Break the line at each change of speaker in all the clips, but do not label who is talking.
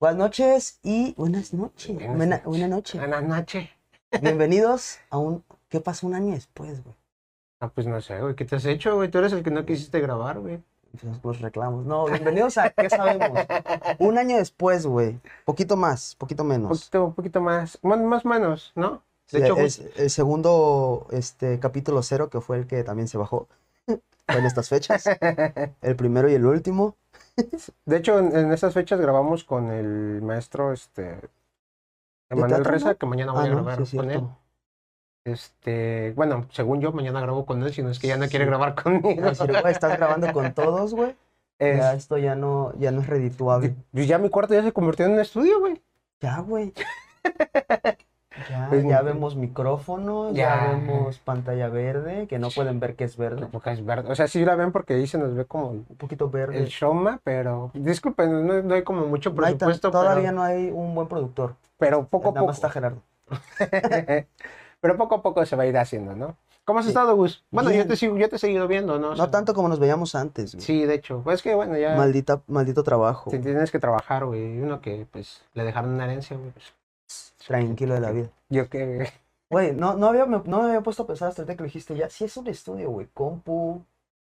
Buenas noches y buenas noches.
Buenas
Buena,
noches. Ah.
buena noche.
Buenas noches.
Bienvenidos a un. ¿Qué pasó un año después, güey?
Ah, pues no sé, güey. ¿Qué te has hecho, güey? Tú eres el que
Mm.
no quisiste grabar, güey.
Empezamos con los reclamos. No, bienvenidos a ¿Qué sabemos? Un año después, güey. Poquito más, poquito
Un
menos.
poquito, un poquito más. Más, más manos, ¿no? Pues, De
Sí,
hecho,
es el segundo este, capítulo cero, que fue el que también se bajó. Fue en estas fechas. El primero y el último.
De hecho, en, en estas fechas grabamos con el maestro, este, Emanuel
teatro,
Reza,
no?
que mañana voy
Ah,
a
no,
grabar
sí es
con él.
cierto.
Este, bueno, según yo, mañana grabo con él, si no es que ya no quiere
Sí.
grabar conmigo.
Ah, decir, güey, estás grabando con todos, güey.
Es-
Ya esto ya no, ya no es redituable.
yo- ya mi cuarto ya se convirtió en un estudio, güey.
Ya, güey. Ya,
Pues,
ya vemos micrófono, ya.
ya.
vemos pantalla verde, que no pueden ver que es verde.
Porque es verde. O sea, sí la ven porque ahí se nos ve como
Un poquito
el
verde.
showma, pero disculpen, no, no hay como mucho
No hay tan-
presupuesto,
todavía
pero,
no hay un buen productor.
pero poco a
Nada
poco.
más está Gerardo.
pero poco a poco se va a ir haciendo, ¿no? ¿Cómo has
Sí.
estado, Gus? Bueno, yo
Bien.
te, sigo, yo te he seguido viendo, ¿no? O
No
sea,
tanto como nos veíamos antes, güey.
Sí, de hecho. Pues es que, bueno, ya...
Maldita, maldito trabajo.
Si tienes que trabajar, güey. y Uno que, pues, le dejaron una herencia, güey. pues,
Tranquilo de la vida.
yo que, güey.
Güey, no, no, había, me- no me había puesto a pensar hasta ahorita que lo dijiste ya. Sí es un estudio, güey. Compu.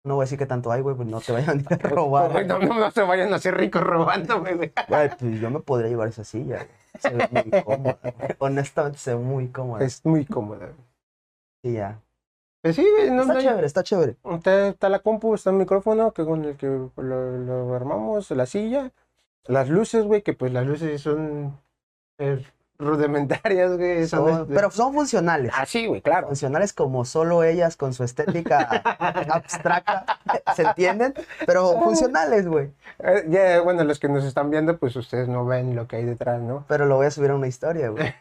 No voy a decir que tanto hay, güey, pues no te vayan a robar.
Güey, No, no, no se vayan a hacer ricos robando, güey, güey.
Güey, pues yo me podría llevar esa silla. güey. Se ve muy cómoda. güey. Honestamente, se ve muy cómoda.
Es muy cómoda. güey.
Y ya.
Pues sí, güey. No,
Está
no hay-
chévere, está chévere.
está, está la compu, está el micrófono que con el que lo, lo armamos, la silla, las luces, güey, que pues las luces son eh, rudimentarias, güey. son
Son-
este-
pero son funcionales.
Así, güey, claro.
Funcionales como solo ellas con su estética abstracta, ¿se entienden? Pero funcionales, güey.
Eh, ya, bueno, los que nos están viendo, pues ustedes no ven lo que hay detrás, ¿no?
Pero lo voy a subir a una historia, güey.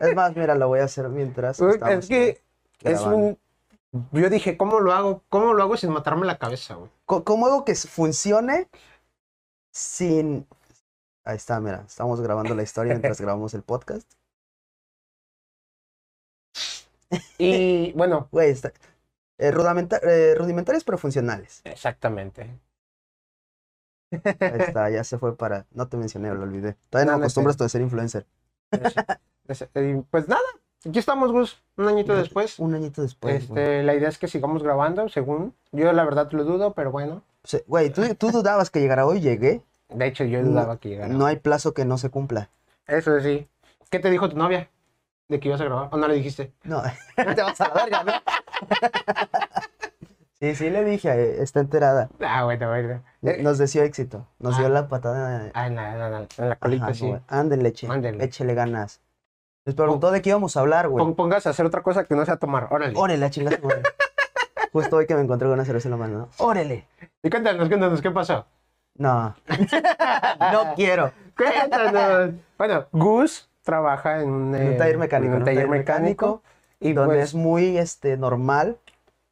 Es más, mira, lo voy a hacer mientras.
Güey,
estamos
es que es
grabando.
un... Yo dije, ¿cómo lo hago? ¿Cómo lo hago sin matarme la cabeza, güey?
Co- ¿Cómo hago que funcione sin. Ahí está, mira, estamos grabando la historia mientras grabamos el podcast.
Y bueno,
Güey, está. eh, rudimenta- eh, rudimentarios pero funcionales.
exactamente.
Ahí está, ya se fue para. No te mencioné, lo olvidé. Todavía no,
No, no
me acostumbras a ser influencer.
Es- eh, Pues nada, aquí estamos, Gus, un añito
Ya-
después.
Un añito después.
este,
güey.
La idea es que sigamos grabando, según. Yo la verdad lo dudo, pero bueno.
Se- Güey, tú, tú dudabas que llegara hoy, llegué.
De hecho, yo
No-
dudaba que llegara.
No hay plazo que no se cumpla.
Eso sí. ¿Qué te dijo tu novia? ¿De que ibas a grabar? ¿O no le dijiste?
No, te vas a la verga, ¿no? sí, sí, le dije, eh, está enterada.
Ah, bueno, bueno. Eh,
Nos deseó éxito. Nos dio
Ah.
la patada.
ah, en la, en la- en la colita,
Ándale,
sí.
Ándele, che.
Ándele.
Échele ganas. Les preguntó de qué íbamos a hablar, güey.
Pon- pongas a hacer otra cosa que no sea tomar. Órale.
Órale, chingada, güey. Justo hoy que me encontré con una cerveza en la mano. ¿no? Órale.
Y cuéntanos, cuéntanos, ¿qué pasó?
No. no quiero.
Cuéntanos. bueno, Gus trabaja en un,
En un
eh,
taller mecánico,
en un taller mecánico. Y
donde
pues,
es muy este, normal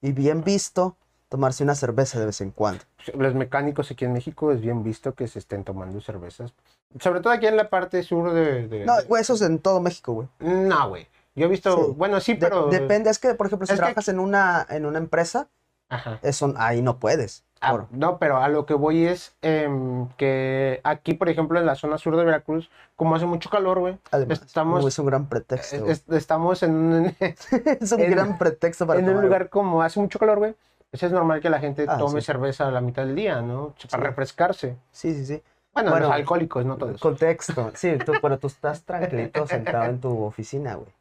y bien visto tomarse una cerveza de vez en cuando.
los mecánicos aquí en México es bien visto que se estén tomando cervezas. Sobre todo aquí en la parte sur de... de-
No,
de-
güey, eso es en todo México, güey.
No, güey. Yo he visto...
Sí.
Bueno, sí,
De-
pero...
depende, es que, por ejemplo, si
Es que-
trabajas en una en una empresa,
Ajá.
eso ahí no puedes.
Ah,
Por-
no, pero a lo que voy es em, que aquí, por ejemplo, en la zona sur de Veracruz, como hace mucho calor, güey,
además,
estamos-
no, es un gran pretexto. güey.
es- estamos en, un-
es un
en-
gran pretexto para
en un
tomar,
lugar como hace mucho calor, güey. Pues es normal que la gente
Ah,
tome
sí.
cerveza a la mitad del día, ¿no? Para
Sí.
refrescarse.
güey. Sí, sí, sí.
Bueno,
Bueno,
los alcohólicos, no todos.
Contexto. Sí, tú, pero tú estás tranquilito sentado en tu oficina, güey.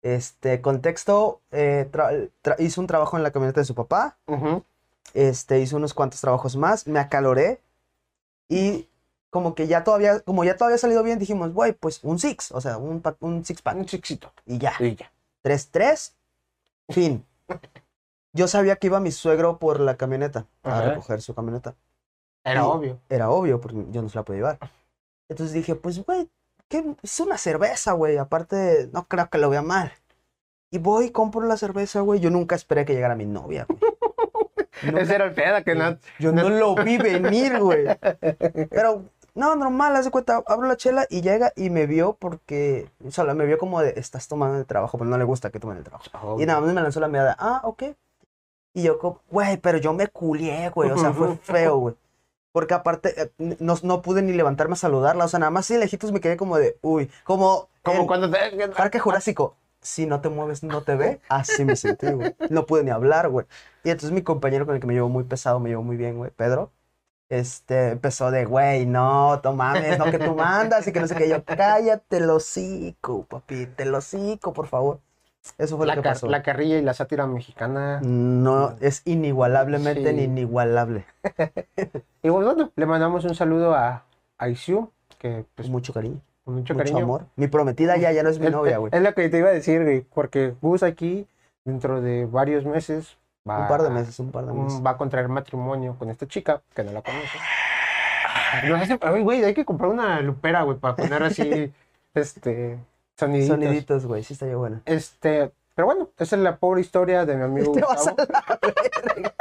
Este, contexto, eh, tra- tra- hizo un trabajo en la camioneta de su papá,
Ujú.
este, hizo unos cuantos trabajos más, me acaloré y como que ya todavía, como ya todavía ha salido bien, dijimos, güey, pues un six, o sea, un, pa- un six pack
Un chixito.
y ya.
Y ya.
3-3, fin. Yo sabía que iba mi suegro por la camioneta, a
Ajá.
recoger su camioneta.
Era
Sí.
obvio.
Era obvio, porque yo no se la podía llevar. Entonces dije, pues, güey, ¿qué? es una cerveza, güey. Aparte, no creo que lo vea mal. Y voy, compro la cerveza, güey. Yo nunca esperé que llegara mi novia, güey. Nunca-
Ese era el pedo que no.
yo no lo vi venir, güey. Pero, no, normal, haz de cuenta, abro la chela y llega y me vio porque, o sea, me vio como de, estás tomando el trabajo, pero no le gusta que tomen el trabajo. Y nada más me lanzó la mirada, ah, ok. Y yo como, güey, pero yo me culié, güey, o sea, fue feo, güey. Porque aparte, eh, no, no pude ni levantarme a saludarla. O sea, nada más sí lejitos me quedé como de, uy, como,
Como
en Ah,
cuando te...
Parque Jurásico. Si no te mueves, no te ve. Así me sentí, güey. No pude ni hablar, güey. Y entonces mi compañero con el que me llevo muy pesado, me llevo muy bien, güey, Pedro, este, empezó de, güey, no, no mames, no que tú mandas y que no sé qué. Yo, cállate, el hocico, papi, te lo hocico, por favor. Eso fue
la,
lo que
car-
pasó. Mm.
la carrilla y la sátira mexicana.
No, es inigualablemente
Sí.
inigualable.
Y pues, bueno, le mandamos un saludo a, a Isiu, que pues
Mucho cariño,
con mucho
mucho,
cariño.
amor. Mi prometida ya, ya no es mi
Es-
novia, güey.
Es lo que te iba a decir, güey, porque Gus aquí, dentro de varios meses, va,
Un par de meses, un par de meses.
un- va a contraer matrimonio con esta chica que no la conoce. Nos hace- ay, güey, hay que comprar una lupera, güey, para poner así, este, soniditos.
Soniditos, güey, sí estaría bueno.
Este, pero bueno, esa es la pobre historia de mi amigo
Te vas Este a
Gustavo.
la verga.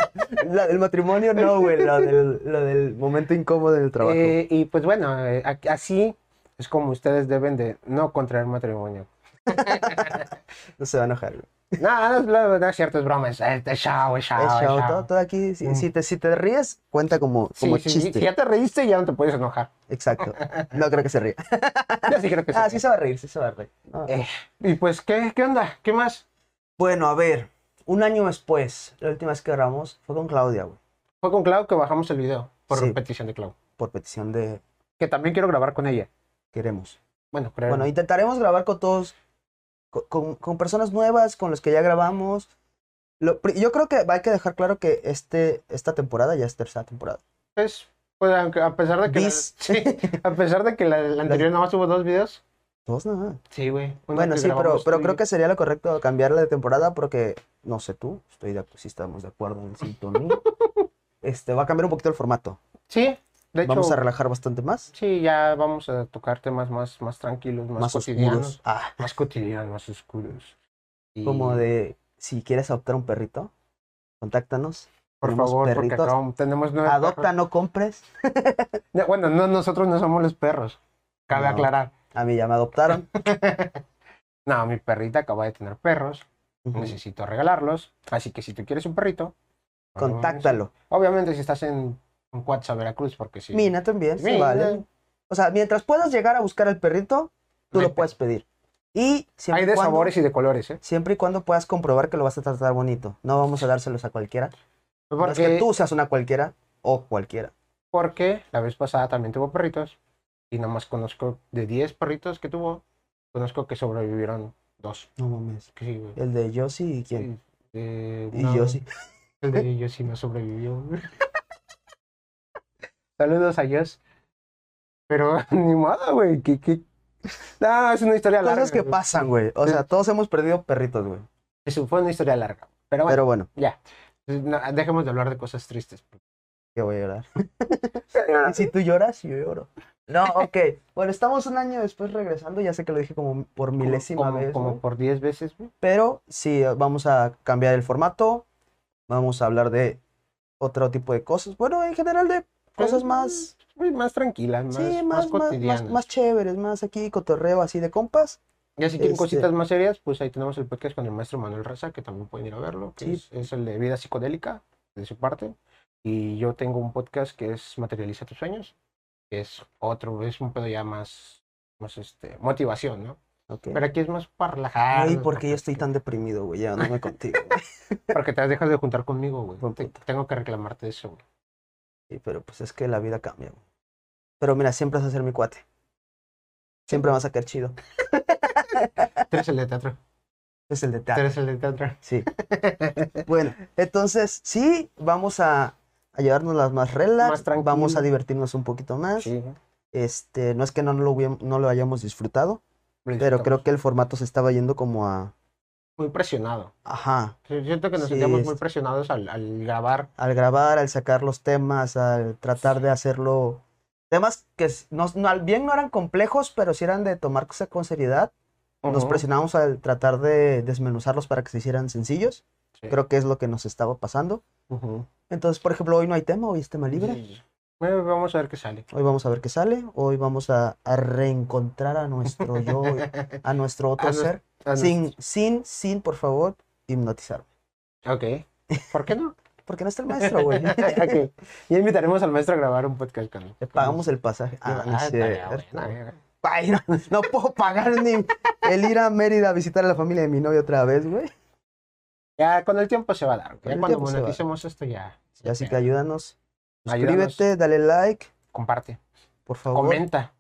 La del matrimonio no, güey. Lo del, lo del momento incómodo del trabajo.
Eh, y pues bueno, eh, a- así es como ustedes deben de no contraer matrimonio.
no se va a enojar. güey.
No, no, no, no es cierto, es broma, es, es show, es show,
Es
es
show,
show.
Eh, todo, todo aquí. Si,
Mm.
si te, si te ríes, cuenta como,
Sí,
como
sí, sí,
chiste.
si ya te reíste, ya no te puedes enojar.
Exacto. No creo que se ría.
Yo sí creo que
Ah,
sí.
sí se va a reír, sí se va a reír. No.
Eh, y pues, ¿qué, ¿qué onda? ¿Qué más?
Bueno, a ver. Un año después, la última vez que grabamos fue con Claudia, güey.
Fue con Clau que bajamos el video, por
Sí.
petición de Clau.
Por petición de
Que también quiero grabar con ella.
Queremos.
Bueno, creo.
Bueno, intentaremos grabar con todos, co- con, con personas nuevas, con los que ya grabamos. Lo pri- yo creo que hay que dejar claro que este, esta temporada ya es tercera temporada.
pues, pues, aunque- a pesar de que, la,
Bis.
sí, a pesar de que la, la anterior nada más hubo dos videos.
Dos nada.
Sí, güey.
Bueno, sí, pero, pero creo que sería lo correcto cambiarla de temporada porque, no sé tú, estoy de acu- si estamos de acuerdo en sintonía. este, va a cambiar un poquito el formato.
Sí, de
Vamos
hecho,
a relajar bastante más.
sí, ya vamos a tocar temas más, más tranquilos, más,
Más
cotidianos.
oscuros. Ah,
Más cotidianos, más oscuros. Y,
como de, si quieres adoptar un perrito, contáctanos.
Por
tenemos
favor, porque
perritos.
acabamos- tenemos nueve
Adopta, no compres.
perros. Bueno, no, nosotros no somos los perros. Cabe
No.
aclarar.
A mí ya me adoptaron.
No, mi perrita acaba de tener perros.
Ujú.
Necesito regalarlos. Así que si tú quieres un perrito, pues,
Contáctalo.
Obviamente si estás en, en Coatzacoalcos, Veracruz, porque si...
Mina también, se
Mina.
vale. O sea, mientras puedas llegar a buscar al perrito, tú
Hay
lo puedes pedir. Y siempre
Hay
y
de
cuando-
sabores y de colores, ¿eh?
Siempre y cuando puedas comprobar que lo vas a tratar bonito. No vamos a dárselos a cualquiera. A menos
Porque,
que tú seas una cualquiera o cualquiera.
porque la vez pasada también tuvo perritos. Y nada más conozco de 10 perritos que tuvo, conozco que sobrevivieron dos.
No mames.
Que sí, güey.
El de Yossi y quién.
Eh,
Y
no,
Yossi.
El de Yossi no sobrevivió. güey. Saludos a Yos. Pero ni modo, güey. que- que- No, es una historia larga.
Cosas que
güey.
pasan, güey. O sea, todos hemos perdido perritos, güey.
Es- Fue una historia larga. Pero bueno,
Pero bueno,
ya. Pues, No, dejemos de hablar de cosas tristes.
yo voy a llorar.
Ah,
Y si tú lloras, yo lloro. No, ok. Bueno, estamos un año después regresando. Ya sé que lo dije como por milésima
como,
vez.
como
güey.
por 10 veces, pues, güey.
Pero sí, vamos a cambiar el formato. Vamos a hablar de otro tipo de cosas. Bueno, en general de cosas
Pues,
más
güey, Más tranquilas, más,
sí,
más
más, más,
cotidianas.
más, más chéveres, más aquí cotorreo así de compas.
Ya si quieren
este-
cositas más serias, pues ahí tenemos el podcast con el maestro Manuel Reza, que también pueden ir a verlo. que
Sí.
es, es el de Vida Psicodélica, de su parte. Y yo tengo un podcast que es Materializa tus sueños, que es otro, es un pedo ya más, más este, motivación, ¿no?
Okay.
Pero aquí es más para relajar.
Ay, ¿por qué yo estoy tan deprimido, güey? Llevándome contigo. güey.
Porque te has dejado de juntar conmigo, güey.
Buen
Te-
punto.
tengo que reclamarte eso, güey.
Sí, pero pues es que la vida cambia, güey. Pero mira, siempre vas a ser mi cuate. Siempre vas a caer chido.
Tú eres el de teatro.
Es el
Tú
detalle.
eres el de teatro.
Sí. Bueno, entonces sí, vamos a, a llevarnos las más relax.
Más tranquilo.
vamos a divertirnos un poquito más.
Sí.
Este, no es que no lo, hubiéramos- no lo hayamos disfrutado, pero creo que el formato se estaba yendo como a.
Muy presionado.
Ajá.
Sí, Siento que nos
Sí,
sentíamos muy
este-
presionados al, al grabar.
al grabar, al sacar los temas, al tratar de hacerlo. Temas que s- no, no- al bien no eran complejos, pero sí eran de tomarse con seriedad. Nos
Ujú.
presionamos al tratar de desmenuzarlos para que se hicieran sencillos.
Sí.
Creo que es lo que nos estaba pasando.
Ujú.
Entonces, por ejemplo, hoy no hay tema, hoy es tema libre.
Sí. Bueno, vamos a ver qué sale.
Hoy vamos a ver qué sale. Hoy vamos a, a reencontrar a nuestro yo, a nuestro otro
A nos-
ser.
Ah, no.
Sin, sin, sin, por favor, hipnotizarme.
Ok. ¿Por qué no?
Porque no está el maestro, güey.
Ok. Ya invitaremos al maestro a grabar un podcast, Carlos.
Le pagamos el pasaje. Ah, no es
estaría
cierto.
bueno, eh. güey.
Ay, no, no puedo pagar ni el ir a Mérida a visitar a la familia de mi novia otra vez, güey.
Ya con el tiempo se va a dar.
Con
Ya
el
cuando
tiempo se va a dar.
moneticemos esto, ya.
Y Así que ayúdanos.
Ayúdanos.
Suscríbete, dale like,
Comparte.
por favor.
Comenta.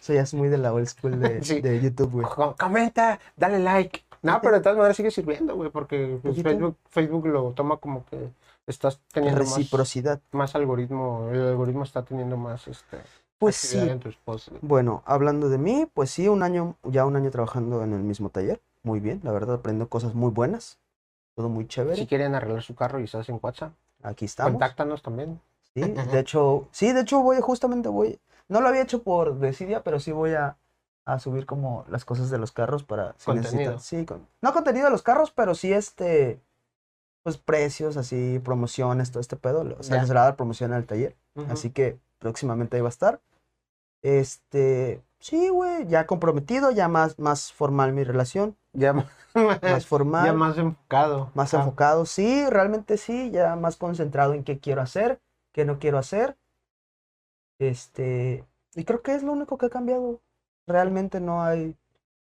Eso ya es muy de la old school de,
Sí.
de YouTube, güey.
Pues, Com- comenta. Dale like. No, pero de todas maneras sigue sirviendo, güey, porque pues,
Poquito.
Facebook, Facebook lo toma como que estás teniendo más,
Reciprocidad.
más algoritmo. El algoritmo está teniendo más este,
Pues
actividad
sí.
en tus posts. güey.
Bueno, hablando de mí, pues sí, un año, ya un año trabajando en el mismo taller. Muy bien, la verdad, aprendo cosas muy buenas. Todo muy chévere.
Si quieren arreglar su carro y estás en WhatsApp,
Aquí estamos.
contáctanos también.
Sí, de hecho, sí, de hecho voy, justamente voy. No lo había hecho por desidia, pero sí voy a, a subir como las cosas de los carros para si necesitan.
Contenido.
Sí, con- no contenido de los carros, pero sí este, pues precios, así, promociones, todo este pedo. O sea,
Ya.
se le va a dar promoción al taller. Así que próximamente ahí va a estar. Este, sí, güey, ya comprometido, ya más, más formal mi relación,
ya, más-
más formal,
Eh, ya más enfocado.
más
Ah,
enfocado, sí, realmente sí, ya más concentrado en qué quiero hacer, qué no quiero hacer. Este, y creo que es lo único que ha cambiado. Realmente no hay,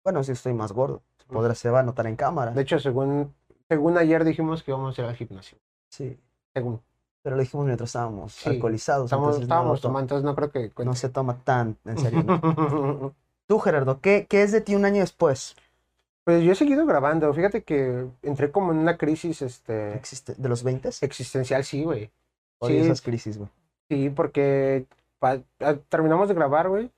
bueno, sí estoy más gordo, se podrá, se va a notar en cámara,
pues, De hecho, según, según ayer dijimos que íbamos a ir al gimnasio.
sí,
Según.
pero lo dijimos mientras estábamos
Sí,
alcoholizados,
Estamos,
entonces no
estábamos
lo to-
tomando, entonces no creo que
no
cuente.
se toma tan en serio, ¿no? Tú, Gerardo, ¿qué, qué es de ti un año después?
pues yo he seguido grabando. Fíjate que entré como en una crisis este,
Existe- ¿De los 20?
existencial, sí, güey.
Odio
Sí,
esas crisis, güey.
sí, porque pa- ah, terminamos de grabar, güey.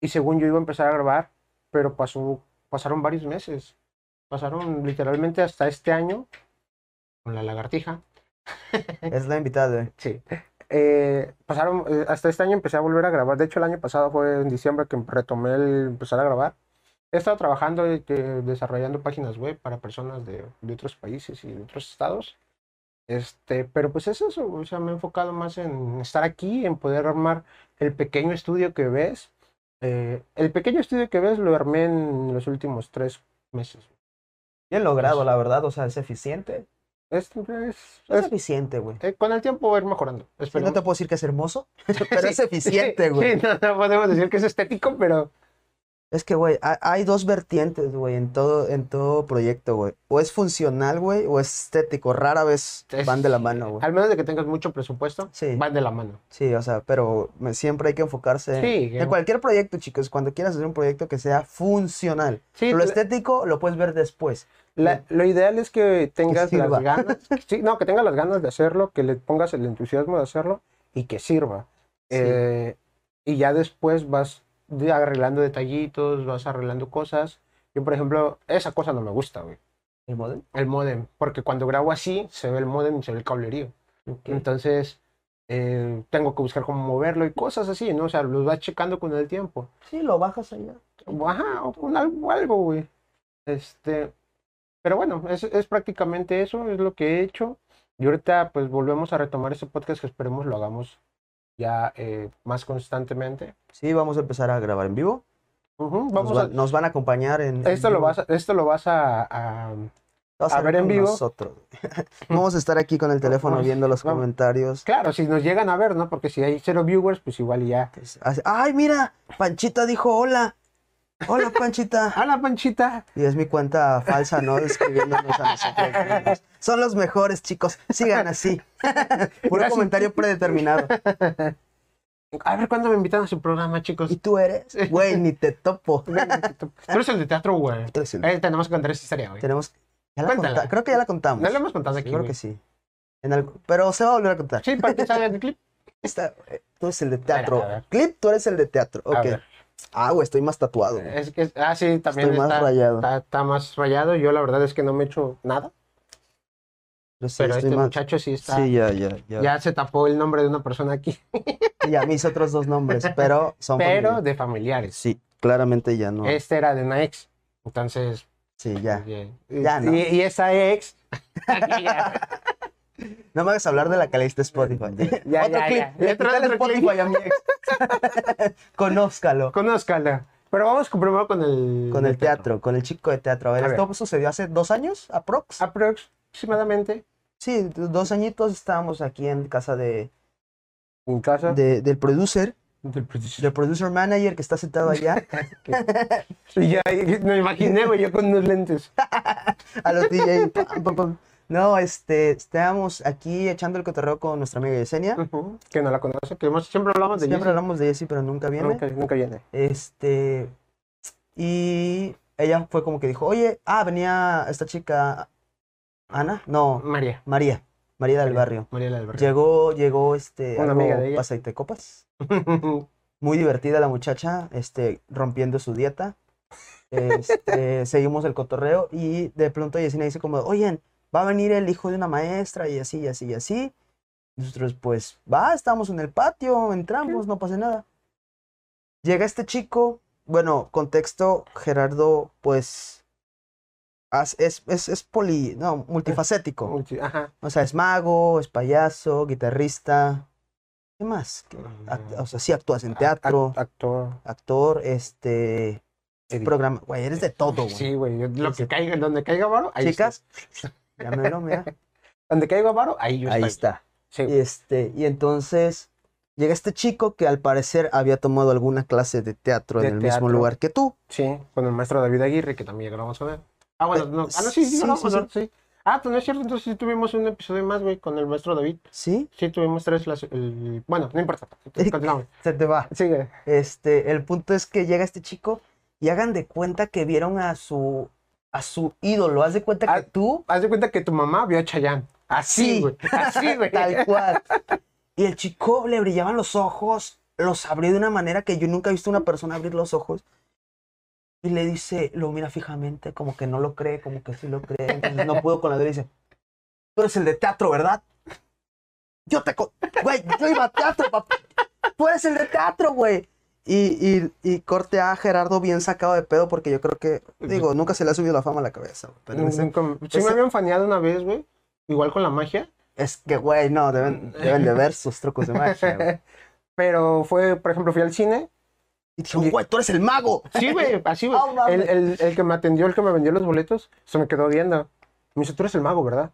Y según yo iba a empezar a grabar, pero pasó, pasaron varios meses. Pasaron literalmente hasta este año con la lagartija.
Es la invitada, güey.
Sí. Eh, pasaron, eh, hasta este año empecé a volver a grabar. De hecho, el año pasado fue en diciembre que retomé el empezar a grabar. He estado trabajando y que- desarrollando páginas web para personas de, de otros países y de otros estados. Este, pero pues es eso, o sea, me he enfocado más en estar aquí, en poder armar el pequeño estudio que ves. Eh, el pequeño estudio que ves lo armé en los últimos tres meses.
Bien logrado, la verdad. O sea, es eficiente.
Es- es-
Es,
Pues es-
eficiente, güey.
eh, con el tiempo va a ir mejorando.
Sí, no
esperemos.
te puedo decir que es hermoso, pero
Sí,
es eficiente,
sí,
güey.
sí, no, no podemos decir que es estético, pero
Es que, güey, ha- hay dos vertientes, güey, en todo, en todo proyecto, güey. O es funcional, güey, o es estético. Rara vez
Es-
van de la mano, güey.
al menos de que tengas mucho presupuesto,
Sí,
van de la mano.
sí, o sea, pero me- siempre hay que enfocarse en-
Sí,
en cualquier proyecto, chicos. Cuando quieras hacer un proyecto que sea funcional.
sí,
Lo
la-
estético lo puedes ver después.
la- lo ideal es que tengas
Que sirva.
las ganas, sí, no, que tengas las ganas de hacerlo, que le pongas el entusiasmo de hacerlo y que sirva.
Sí.
Eh, y ya después vas de- arreglando detallitos, vas arreglando cosas. Yo, por ejemplo, esa cosa no me gusta, güey.
¿El modelo?
El modem, porque cuando grabo así, se ve el modem y se ve el cablerío. Entonces, eh, tengo que buscar cómo moverlo y cosas así, ¿no? O sea, los vas checando con el tiempo.
Sí, lo bajas allá.
Ajá, o con algo, algo, güey. Este, pero bueno, es, es prácticamente eso, es lo que he hecho. Y ahorita, pues, volvemos a retomar este podcast que esperemos lo hagamos ya eh, más constantemente.
Sí, vamos a empezar a grabar en vivo.
Ujú,
Nos,
vamos
va-
a-
nos van a acompañar en.
esto lo vas, a- esto lo vas a, a-
vas
a ver en
con
vivo.
Nosotros. Vamos a estar aquí con el teléfono
Vamos,
viendo los
vamos.
comentarios.
claro, si nos llegan a ver, ¿no? Porque si hay cero viewers, pues igual y ya.
Así- Ay, mira, Panchita dijo hola. Hola, Panchita.
¡Hola, Panchita!
Y es mi cuenta falsa, ¿no? Escribiéndonos a nosotros. Son los mejores, chicos. Sigan así. Puro
Gracias.
comentario predeterminado.
A ver cuándo me invitan a su programa,
¿Y
chicos.
tú eres?
Sí.
Güey, ni te topo.
Tú eres el de teatro, güey. Eh, tenemos que contar esa historia, güey.
Tenemos. ya la
Cuéntala.
conta- Creo que ya la contamos.
No lo hemos contado aquí,
Yo creo
güey.
que sí. En algo- Pero se va a volver a contar.
Sí, para que salga el clip.
Esta- eh, tú eres el de
ver,
teatro.
a ver.
Clip, tú eres el de teatro.
A
Ok.
ver.
Ah, güey, estoy más tatuado. güey.
Es que, es- ah, sí, también
Estoy más
está,
rayado.
está, está más rayado. Yo la verdad es que no me he hecho nada,
Yo sí,
pero
estoy
este
más-
muchacho sí está.
Sí, ya, ya, ya.
Ya se tapó el nombre de una persona aquí,
Y Ya me hice otros dos nombres, pero son
pero
familiares.
de familiares.
Sí, claramente ya no.
Este era de una ex. Entonces,
Sí, ya.
eh, y,
Ya no.
y esa ex. ya,
No me hagas hablar de la que leíste Spotify.
ya,
otro
ya.
clip. Le
Otro-
quité el
otro clip.
Spotify a mi ex. Conózcalo.
Conózcala. Pero vamos primero con el.
Con el teatro, con el chico de teatro. A ver,
A ver.
esto sucedió hace dos años, aprox.
Aproximadamente.
Sí, dos añitos estábamos aquí en casa de,
En casa
de- del producer,
del producer.
del producer manager que está sentado allá,
Y ya y me imaginé, güey, yo con unos lentes.
a los DJ. pam, pam, pam. No, este, estábamos aquí echando el cotorreo con nuestra amiga Yesenia.
Ujú, Que no la conoce, que hemos- siempre hablamos de
Siempre
Jessie.
hablamos de Jessie, pero nunca viene.
Nunca, nunca viene.
Este, y ella fue como que dijo, oye, ah, venía esta chica, Ana, no,
María.
María, María del
María-
Barrio.
María la del barrio.
Llegó, llegó, este,
Una
algo
amiga de ella.
pasadita de copas. Muy divertida la muchacha, este, rompiendo su dieta. Este, seguimos el cotorreo y de pronto Yesenia dice como, oigan, va a venir el hijo de una maestra y así, y así, y así. Nosotros, pues, va, estamos en el patio, entramos, no pasa nada. Llega este chico, bueno, contexto, Gerardo, pues, as- es, es, es poli, no, multifacético.
Multi- Ajá.
O sea, es mago, es payaso, guitarrista, ¿qué más? ¿Qué- act- O sea, sí actúas en teatro,
Ac- actor.
actor, este,
Edit.
programa, güey, eres de todo, güey.
Sí, güey. yo- Lo
Sí, sí.
que caiga, donde caiga varo, ahí
Chicas, ya me lo mira.
estoy. Donde caiga varo, ahí yo
Ahí
estoy.
está.
Sí.
Y este, y entonces llega este chico que al parecer había tomado alguna clase de teatro
De
en el
teatro.
mismo lugar que tú.
Sí, con el maestro David Aguirre, que también llegamos a ver. Ah, bueno, no. Ah, no, sí,
Sí,
sí, no,
sí,
pues, sí. Ah, pues no es cierto, entonces sí tuvimos un episodio más, güey, con el maestro David.
¿Sí?
Sí, tuvimos tres. Las, el- Bueno, no importa. Continuamos.
Se te va.
Sigue.
Este, el punto es que llega este chico y hagan de cuenta que vieron a su a su ídolo. Haz de cuenta que
Ah,
tú
Haz de cuenta que tu mamá vio a Chayanne.
Sí.
Así, güey. Así, güey.
tal cual. Y el chico le brillaban los ojos, los abrió de una manera que yo nunca he visto a una persona abrir los ojos. Y le dice, lo mira fijamente, como que no lo cree, como que sí lo cree. Entonces no pudo con la duda y dice, tú eres el de teatro, ¿verdad? Yo te... co- Güey, yo iba a teatro, papá. Tú eres el de teatro, güey. Y, y, y corte a Gerardo bien sacado de pedo porque yo creo que, digo, nunca se le ha subido la fama a la cabeza. güey, pero en ese-
Nunca- sí
ese-
me habían faneado una vez, güey. Igual con la magia.
es que, güey, no, deben, deben de ver sus trucos de magia. Ah, güey.
Pero fue, por ejemplo, fui al cine.
Y dijeron, güey, tú eres el mago.
Sí, güey, así, güey.
Ah, mames.
el, el- el que me atendió, el que me vendió los boletos, se me quedó odiando. Me dice, tú eres el mago, ¿verdad?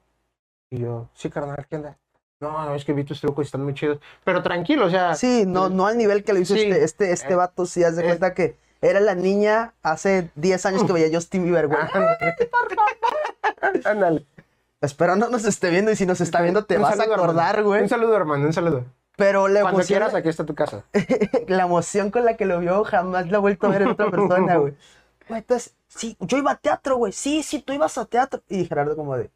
Y yo, sí, carnal, ¿qué onda? No, no, es que vi tus trucos y están muy chidos. Pero tranquilo, o sea,
Sí, no, no al nivel que lo hizo
Ah, Sí.
este, este, este
Eh,
vato, sí, haz de
eh. Mm.
cuenta que era la niña hace 10 años que veía a Justin Bieber, güey.
Ah. ándale.
Espero no nos esté viendo y si nos está viendo te
Un
vas a
saludo,
acordar,
hermano.
güey.
Un saludo, hermano, un saludo.
Pero pues, eh, la
Cuando
emoción,
quieras, aquí está tu casa.
la emoción con la que lo vio jamás la he vuelto a ver en otra persona, güey. Güey, entonces, sí, yo iba a teatro, güey. Sí, sí, tú ibas a teatro. Y Gerardo como de,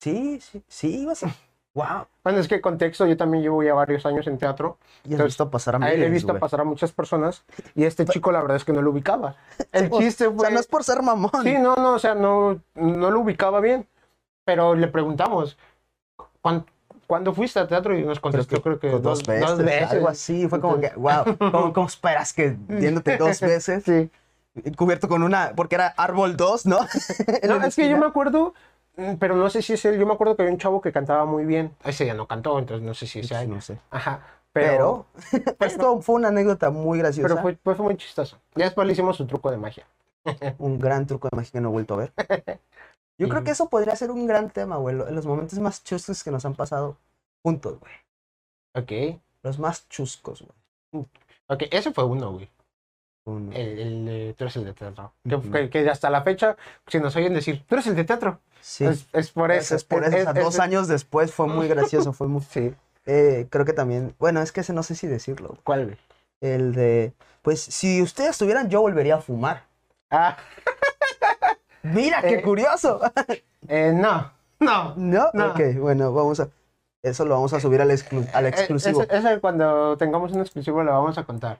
sí, sí, sí, ibas a... Wow.
Bueno, es que contexto, yo también llevo ya varios años en teatro.
Y has
Entonces,
visto pasar a
A
miles,
él he visto
güey.
pasar a muchas personas y este chico, la verdad es que no lo ubicaba. El chiste
O sea,
fue...
no es por ser mamón.
Sí, no, no, o sea, no, no lo ubicaba bien. Pero le preguntamos, ¿cuán- ¿cuándo, fuiste a teatro? Y nos
Creo
contestó,
que
creo que,
con dos, veces, algo así. Fue como que, wow, ¿cómo, cómo esperas que viéndote dos veces?
Sí.
Cubierto con una, porque era árbol 2, ¿no? En
No,
una
es que yo
esquina.
me acuerdo, mm, pero no sé si es él. Yo me acuerdo que había un chavo que cantaba muy bien. Ese ya no cantó, entonces no sé si es él.
No sé.
Ajá.
Pero,
Pero,
esto fue una anécdota muy graciosa.
pero fue, fue muy chistoso. Ya después le hicimos un truco de magia.
un gran truco de magia que no he vuelto a ver. Yo creo que eso podría ser un gran tema, güey. lo- Los momentos más chuscos que nos han pasado juntos, güey.
Ok.
Los más chuscos, güey.
Ok, ese fue uno, güey.
Uno.
El, el, de- tú eres el de teatro.
Ujú.
Que, que, que hasta la fecha, si nos oyen decir, tú eres el de teatro.
Sí.
Es, es pues, por eso.
Eso es por eso. o sea, dos años después fue muy gracioso. Fue muy...
Sí.
Eh, creo que también. Bueno, es que ese no sé si decirlo. güey.
¿Cuál, güey?
El de, pues si ustedes estuvieran, yo volvería a fumar.
Ah,
Mira, qué
Eh.
curioso.
eh, no. No.
¿No?
No.
Ok, bueno, vamos a... Eso lo vamos a subir al, exclu- al
Eh,
exclusivo.
Ese, ese cuando tengamos un exclusivo lo vamos a contar.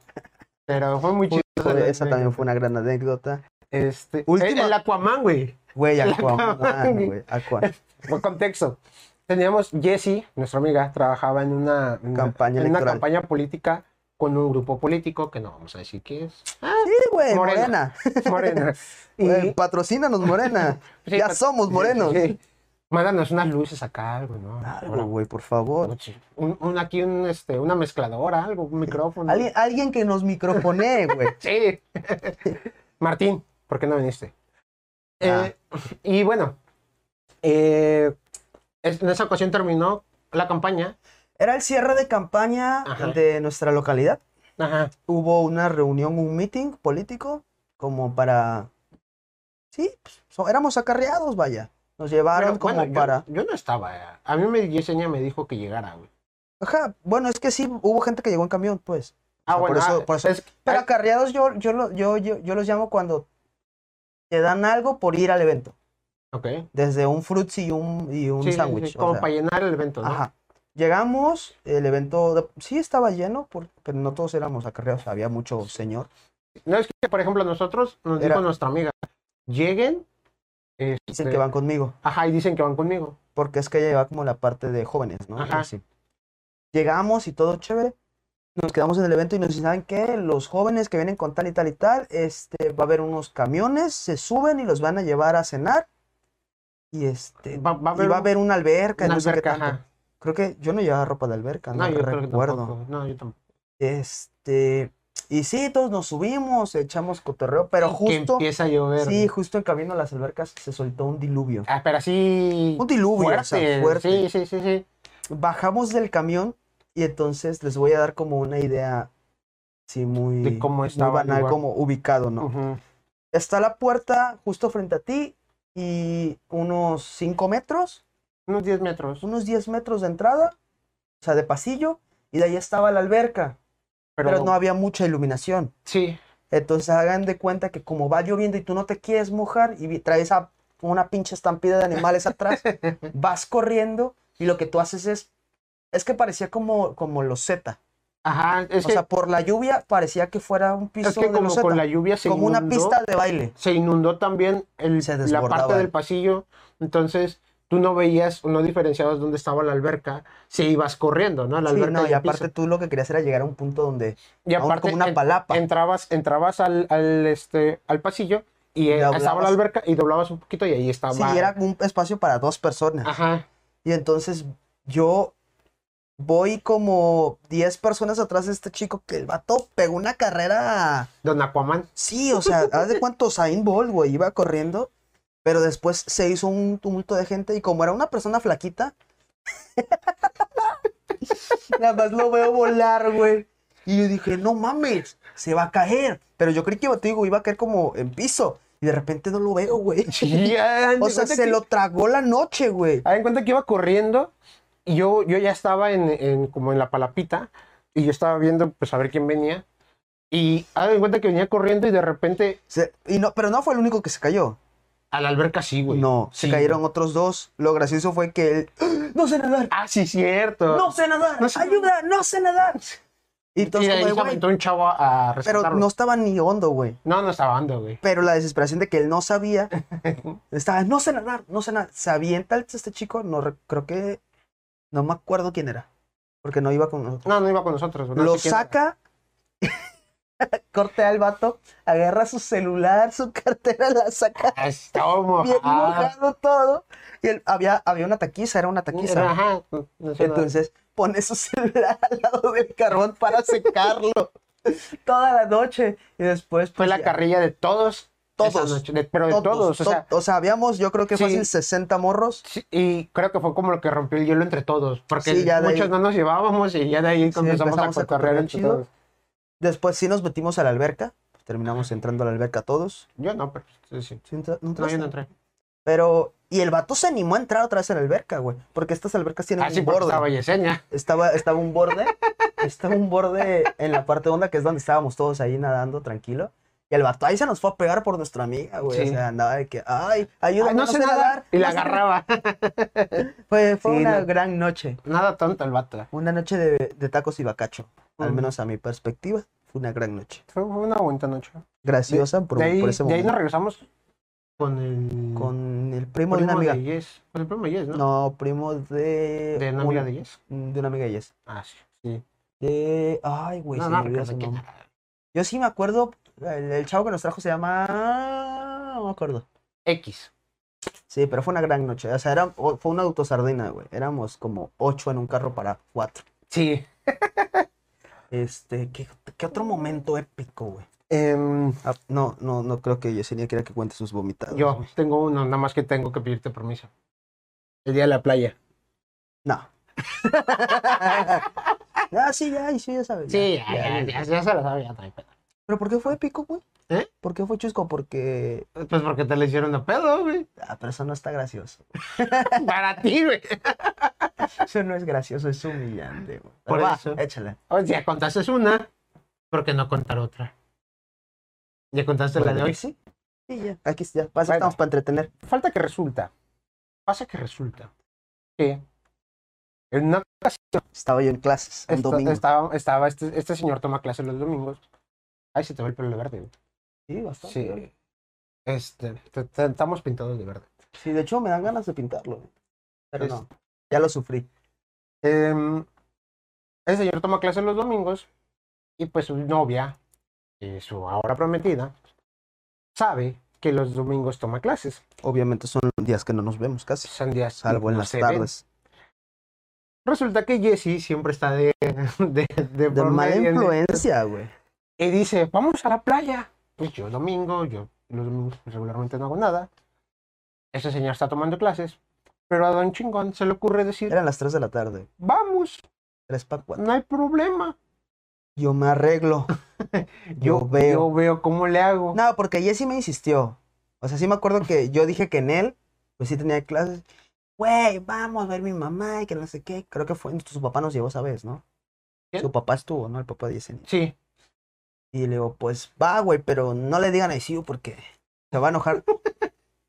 Pero fue muy
Fue-
chistoso.
fue- esa también fue una gran anécdota.
Este,
Última-
El, el Aquaman, güey.
Güey,
La
Aquaman,
acaban.
güey, Aquaman.
Por contexto. Teníamos Jessie, nuestra amiga, trabajaba en una en una-
Campaña
en una
electoral.
campaña política con un grupo político que no vamos a decir qué es.
Sí, güey, Morena.
Morena. Morena. Y- pues,
Güey, patrocínanos, Morena.
sí,
ya
pat-
somos morenos.
sí. Mándanos unas luces acá, algo, ¿no?
Algo, güey, por favor.
Un, un- aquí un, este, una mezcladora, algo, un micrófono.
Alguien, alguien que nos microfonee, güey.
Sí. Martín, ¿por qué no viniste?
Ah.
Eh, y bueno, eh, Es- en esa ocasión terminó la campaña.
Era el cierre de campaña
Ajá.
de nuestra localidad.
Ajá.
Hubo una reunión, un meeting político, como para... Sí, pues, so- éramos acarreados, vaya. Nos llevaron
Pero,
como
bueno, yo-
para...
Yo, no estaba. eh. A mí me Yesenia me dijo que llegara, güey.
Ajá, bueno, es que sí, hubo gente que llegó en camión, pues.
Ah,
sea, por
bueno. ah,
eso- por eso-
es-
Pero
ah,
acarreados yo, yo, lo- yo, yo, yo los llamo cuando te dan algo por ir al evento.
ah, ok.
Desde un frutzi y un, y un
Sí, sí,
sándwich.
sí,
o
como
sea.
para llenar el evento, ¿no?
Ajá. Llegamos, el evento de- sí estaba lleno, por- pero no todos éramos acarreados, había mucho señor.
No, es que, por ejemplo, nosotros nos
Era-
dijo nuestra amiga, lleguen. este,
Dicen que van conmigo,
Ajá, y dicen que van conmigo.
porque es que ella lleva como la parte de jóvenes, ¿no?
Ajá.
Así. Llegamos y todo chévere. Nos quedamos en el evento y nos dicen, ¿saben qué? Los jóvenes que vienen con tal y tal y tal, este, va a haber unos camiones, se suben y los van a llevar a cenar. Y este,
Va, va a
y
haber
va a haber una alberca, y
una
no sé qué
alberca,
tanto.
ajá.
Creo que yo no llevaba ropa de alberca, no,
No, yo creo que
recuerdo.
tampoco. No, yo tampoco.
Este, y sí, todos nos subimos, echamos cotorreo, pero
Que
justo,
empieza a llover.
sí, justo en camino a las albercas se soltó un diluvio.
Ah, pero así.
Un diluvio, o sea, fuerte.
Sí, sí, sí, sí.
Bajamos del camión y entonces les voy a dar como una idea, sí, muy,
De cómo
muy
estaba el
banal,
lugar.
como ubicado, ¿no?
Ujú.
Está la puerta justo frente a ti y unos 5 metros,
Unos 10 metros.
unos 10 metros de entrada, o sea, de pasillo, y de ahí estaba la alberca,
Pero,
pero no había mucha iluminación.
Sí.
Entonces hagan de cuenta que como va lloviendo y tú no te quieres mojar y vi- traes a una pinche estampida de animales atrás, vas corriendo y lo que tú haces es, es que parecía como, como los Z.
Ajá, es
o
que,
sea, por la lluvia parecía que fuera un piso
es que
de
como
los
con
Zeta,
la lluvia se
como una
inundó,
pista de baile.
se inundó también el,
Se
la
desbordaba.
parte del pasillo. Entonces, tú no veías o no diferenciabas dónde estaba la alberca. Si ibas corriendo, ¿no? A La
Sí,
alberca
no,
y,
y
al piso.
aparte tú lo que querías era llegar a un punto donde
Y
a un-
aparte,
como una
en-
palapa.
entrabas, entrabas al, al, este, al pasillo y eh,
doblabas.
estaba la alberca y doblabas un poquito y ahí estaba.
sí, era un espacio para dos personas.
Ajá.
Y entonces yo voy como 10 personas atrás de este chico que el vato pegó una carrera.
Don Aquaman.
Sí, o sea, haz de cuánto Usain Bolt, güey, iba corriendo, pero después se hizo un tumulto de gente y como era una persona flaquita, nada más lo veo volar, güey. Y yo dije, no mames, se va a caer. Pero yo creí que iba, te digo, iba a caer como en piso. Y de repente no lo veo, güey.
Sí, hagan de
O sea,
cuenta
se
que-
lo tragó la noche, güey.
hagan de cuenta que iba corriendo y yo, yo ya estaba en, en- como en la palapita y yo estaba viendo pues a ver quién venía. Y hagan de cuenta que venía corriendo y de repente
Se- y no, pero no fue el único que se cayó.
a la alberca sí, güey.
No,
Sí,
se cayeron otros dos. Lo gracioso fue que él. ¡Ah! ¡No sé nadar!
Ah, sí, cierto.
¡No sé nadar!
No sé
¡Ayuda! ¡No sé nadar! Y
y
entonces, como de,
de ahí se
"Güey,
aventó un chavo a
pero
rescatarlo.
no estaba ni hondo, güey.
no, no estaba andando, güey.
Pero la desesperación de que él no sabía. Estaba, no sé nadar, no sé nadar. Se avienta este chico, no re- creo que. No me acuerdo quién era. Porque no iba con nosotros.
No, no iba con nosotros. no
Lo
sé quién era.
saca. Cortea al vato, agarra su celular, su cartera, la saca
Ah, Estaba
bien
mojado.
mojado todo. Y él- había, había una taquiza, era una taquiza.
Ajá, no sé nada.
Entonces pone su celular al lado del carbón para secarlo toda la noche. Y después
Fue
pues,
la
ya,
carrilla de todos.
Todos.
esa noche, de- pero de todos. o
to-
sea,
o sea, habíamos, yo creo que
sí.
fácil 60 morros.
sí, y creo que fue como lo que rompió el hielo entre todos. Porque
Sí, ya de ahí-
muchos no nos llevábamos y ya de ahí comenzamos,
empezamos
a
a
cotorrear
cotorrear
entre
chido.
todos.
Después sí nos metimos a la alberca. Terminamos entrando a la alberca todos.
Yo no, pero sí, sí.
¿Sí entra- no
No,
entraste?
yo no entré.
Pero, y el vato se animó a entrar otra vez a la alberca, güey. Porque estas albercas tienen
Así
un
Ah, porque
borde.
estaba Yesenia.
Estaba, estaba un borde, estaba un borde en la parte honda que es donde estábamos todos ahí nadando tranquilo. Y el vato ahí se nos fue a pegar por nuestra amiga, güey.
Sí.
O sea, andaba de que, ay,
Ay,
ayúdame,
no, sé nadar. Y la
no sé
agarraba.
nadar". Fue, fue
Sí,
una
no.
gran noche.
Nada tonto el vato.
Una noche de, de tacos y bacacho. Al
Mm.
menos a mi perspectiva, fue una gran noche.
Fue fue una bonita noche.
Graciosa por,
de ahí,
por ese
de ahí
momento.
nos regresamos con el
Con el primo, de una
primo
amiga.
de Yes. Con el primo de Yes, ¿no?
No, primo de.
De una
un- mm,
amiga de Yes.
de una amiga de Jess.
Ah, sí. sí.
De. Ay, güey,
no,
se
no,
me olvidó su
recuerdo quién
nombre.
era.
Yo sí me acuerdo, el, el chavo que nos trajo se llama... No me acuerdo.
X.
Sí, pero fue una gran noche. O sea, era, o- fue una autosardina, güey. Éramos como ocho en un carro para cuatro.
Sí.
Este, ¿qué, qué otro momento épico, güey?
Em,
Ah, no, no, no creo que Yesenia quiera que cuente sus vomitados.
Yo tengo uno, nada más que tengo que pedirte permiso. El día de la playa.
No. ah, sí, ya, y sí, ya sabes.
Sí,
ya,
ya, ya,
ya.
ya, ya se lo sabía, no hay pedo.
¿Pero por qué fue épico, güey?
¿Eh?
¿Por qué fue chusco? Porque.
Pues porque te lo hicieron a pedo, güey.
Ah, pero eso no está gracioso.
Para ti, güey.
Eso no es gracioso, es humillante, güey.
Por
Pero va,
eso.
Échale.
O sea, contaste una, ¿por qué no contar otra? Ya contaste la de hoy.
Sí. Sí, ya. Aquí ya. Para eso
Bueno.
estamos para entretener.
Falta que resulta. Pasa que resulta. Que en una
Estaba yo en clases un
esta-
domingo.
estaba, estaba este, este señor toma clase los domingos. Ay, se te ve el pelo de verde. güey.
Sí, bastante. güey.
Sí. Este, te- te- estamos pintados de verde.
Sí, de hecho me dan ganas de pintarlo. güey. Pero
Es-
no. Ya lo sufrí.
Em, el señor toma clases los domingos y pues su novia, eh, su ahora prometida, sabe que los domingos toma clases.
Obviamente son días que no nos vemos casi.
Son días que
Salvo en
no
las
se ven.
tardes.
Resulta que Jesse siempre está de, de,
De
de por
mala
medio, de-
influencia, güey.
y dice, vamos a la playa. Pues yo domingo, yo los domingos regularmente no hago nada. Ese señor está tomando clases. Pero a Don Chingón se le ocurre decir,
Eran las 3 de la tarde.
vamos,
3 para 4.
no hay problema.
Yo me arreglo. Yo
Yo, veo.
veo.
yo veo cómo le hago.
No, porque Jesse me insistió. O sea, sí me acuerdo que yo dije que en él, pues sí tenía clases. Güey, vamos a ver mi mamá y que no sé qué. Creo que fue, su papá nos llevó esa vez, ¿no?
¿Quién?
Su papá estuvo, ¿no? El papá de Jesse.
Sí,
Y le digo, pues va, güey, pero no le digan a ICU porque se va a enojar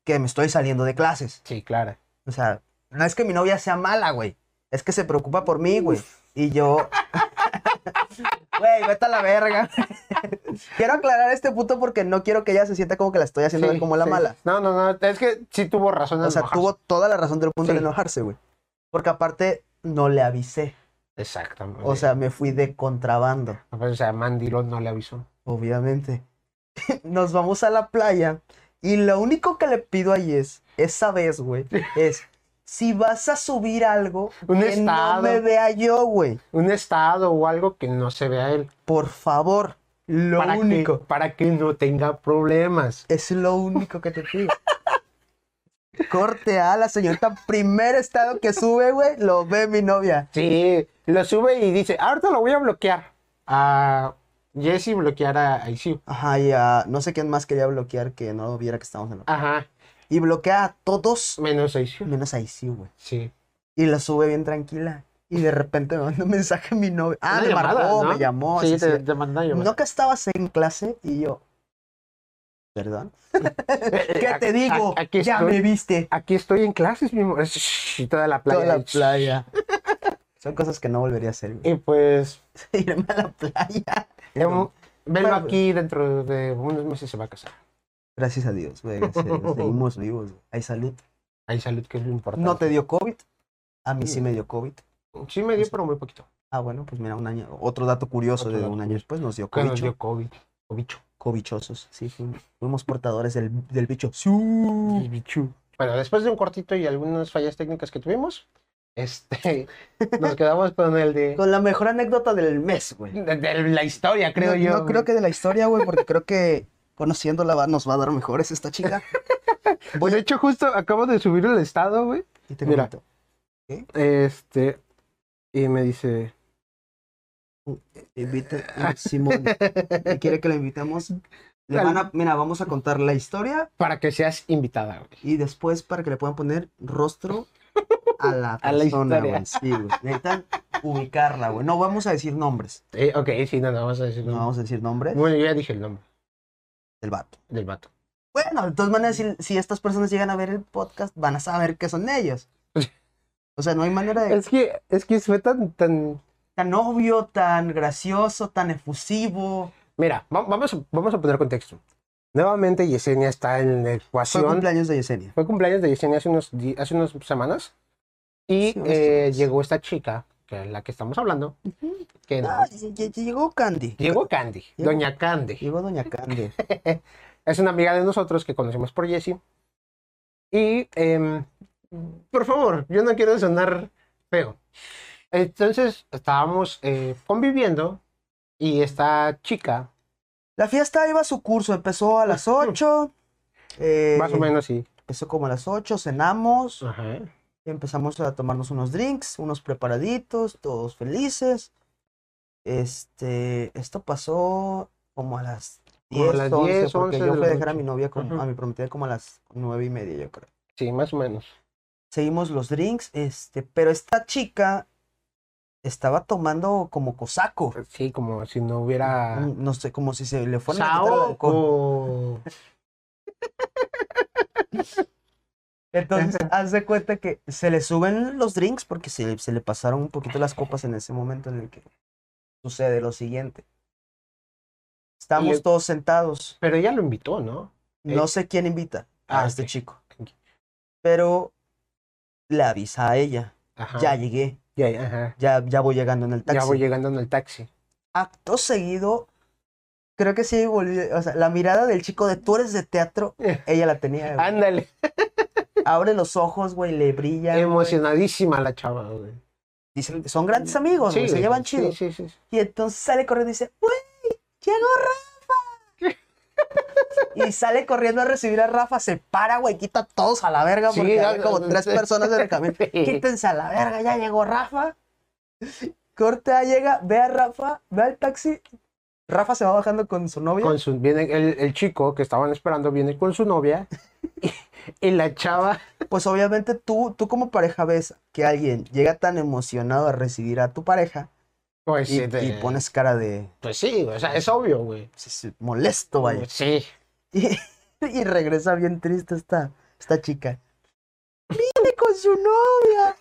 que me estoy saliendo de clases.
sí, claro.
O sea, no es que mi novia sea mala, güey. Es que se preocupa por mí, güey. Y yo. Güey, vete a la verga. quiero aclarar este punto porque no quiero que ella se sienta como que la estoy haciendo ver
Sí,
como la
sí.
mala.
No, no, no, es que sí tuvo razón. en
O sea,
enojarse.
tuvo toda la razón del punto de
Sí.
enojarse, güey. Porque aparte, no le avisé.
Exactamente.
O sea, me fui de contrabando,
Pues, o sea, Mandilón no le avisó.
obviamente. Nos vamos a la playa. Y lo único que le pido a Jess, esa vez, güey, es. Si vas a subir algo,
Un
que no
estado.
me vea yo, güey.
Un estado o algo que no se vea él.
Por favor, lo
para
único.
Que, para que no tenga problemas.
Es lo único que te pido. Corte a la señorita, primer estado que sube, güey, lo ve mi novia.
Sí, lo sube y dice, "Ah, ahorita lo voy a bloquear. A Jesse bloquear a ICU.
Ajá, y a no sé quién más quería bloquear que no viera que estamos en la...
Ajá,
Y bloquea a todos,
menos ICU.
menos a sí, güey.
Sí.
Y la sube bien tranquila. Y de repente me manda un mensaje mi novia. Ah,
Una
me
llamada,
marcó,
¿no?
me llamó.
Sí,
sí,
te,
sí.
te mandó una llamada.
No que estabas en clase y yo... ¿Perdón?
Eh, eh,
¿Qué
a-
te digo?
a- aquí,
ya
estoy,
me viste.
aquí estoy en clases, mi amor. Shh, Y toda la playa.
Toda la
Shh.
playa. Son cosas que no volvería a hacer, güey.
Y pues,
irme a la playa.
em, velo
Bueno,
aquí dentro de unos meses se va a casar.
Gracias a Dios, güey. gracias a Dios, Seguimos vivos. güey. Hay salud.
Hay salud, que es lo importante.
¿No te dio COVID? A mí
Mm.
sí me dio COVID.
Sí me dio, pero muy poquito.
Ah, bueno, pues mira, un año. Otro dato curioso
Otro
de
dato
un año después nos dio
Que nos
covicho-
dio COVID. O bicho.
covichosos. Sí, fuimos, fuimos portadores del, del bicho. Sí. Mm.
Y bichu. Bueno, después de un cortito y algunas fallas técnicas que tuvimos, este, nos quedamos con el de...
Con la mejor anécdota del mes, güey.
de, de la historia, creo
No-
yo.
No creo que de la historia, güey, porque creo que conociéndola va- nos va a dar mejores esta chica.
Pues de hecho, justo acabo de subir el estado, güey.
Y te
Mira.
comento.
Este. Y me dice.
Invita a Simón. ¿Y ¿Quiere que la invitemos? Le van a- mira, vamos a contar la historia
Para que seas invitada, güey.
Y después para que le puedan poner rostro a la
A la
persona,
historia.
güey. Sí, güey. Necesitan ubicarla, güey. No vamos a decir nombres.
Eh, ok, sí, no, no, vamos a decir.
No
nombre.
vamos a decir nombres
Bueno, yo ya dije el nombre
del vato.
del vato.
Bueno, de todas maneras, si, si estas personas llegan a ver el podcast, van a saber que son ellos. O sea, no hay manera de...
Es que, es que fue tan, tan.
Tan obvio, tan gracioso, tan efusivo.
Mira, va- vamos, a- vamos a poner contexto. Nuevamente, Yesenia está en la
Fue
ecuación.
cumpleaños de Yesenia.
Fue cumpleaños de Yesenia hace unos, di- hace unas semanas.
Sí,
Y
unas
eh,
semanas.
llegó esta chica, que es la que estamos hablando. Que no-
Ah, ll- ll- llegó Candy.
llegó Candy,
Llegó-
Doña Candy.
Llegó Doña Candy.
Es una amiga de nosotros que conocemos por Jessie. Y, em, por favor, yo no quiero sonar feo. Entonces, estábamos eh, conviviendo y esta chica,
La fiesta iba a su curso. Empezó a las 8. eh,
más o menos, Ah. sí.
Empezó como a las 8, cenamos.
Ajá.
Y empezamos a tomarnos unos drinks, unos preparaditos, todos felices. Este, esto pasó como a las
Como a
10,
las
11,
10,
porque
11
yo
de
fui a
la
dejar a
noche.
mi novia, como-
Ujú.
a mi prometida como a las nueve y media, yo creo
Sí, más o menos.
seguimos los drinks, este, pero esta chica estaba tomando como cosaco.
Sí, como si no hubiera.
No sé, como si se le fuera a quitar el
Sao
alcohol.
o.
Entonces, haz de cuenta que se le suben los drinks porque se, se le pasaron un poquito las copas en ese momento en el que sucede lo siguiente. Estamos
Le-
todos sentados.
Pero ella lo invitó, ¿no?
No sé quién invita a
Ah,
este
ok.
chico, pero le avisa a ella.
Ajá.
Ya llegué,
Ya, ya, ajá.
ya, ya voy llegando en el taxi.
Ah. Ya voy llegando en el taxi.
acto seguido, creo que sí volvió, o sea, la mirada del chico de tú eres de teatro,
Eh.
ella la tenía. güey.
Ándale.
Abre los ojos, güey, le brilla.
Emocionadísima la chava, güey.
Dicen, son grandes amigos, güey, se
güey,
llevan
sí,
chido.
Sí, sí, sí.
Y entonces sale corriendo y dice, güey, llegó Rafa. Y sale corriendo a recibir a Rafa, se para, güey, quita a todos a la verga,
Sí,
porque
ya-
había como tres personas de recambios. Quítense a la verga, ya llegó Rafa. Corta, llega, ve a Rafa, ve al taxi. Rafa se va bajando con su novia.
Con su, viene el, el chico que estaban esperando viene con su novia y, y la chava
pues obviamente tú, tú como pareja ves que alguien llega tan emocionado a recibir a tu pareja
pues,
y,
este,
y pones cara de
pues sí, güey, o sea, es obvio, güey.
"Sí, sí, molesto, Oh, vaya.
Sí.
Y, y regresa bien triste esta, esta chica. Viene con su novia.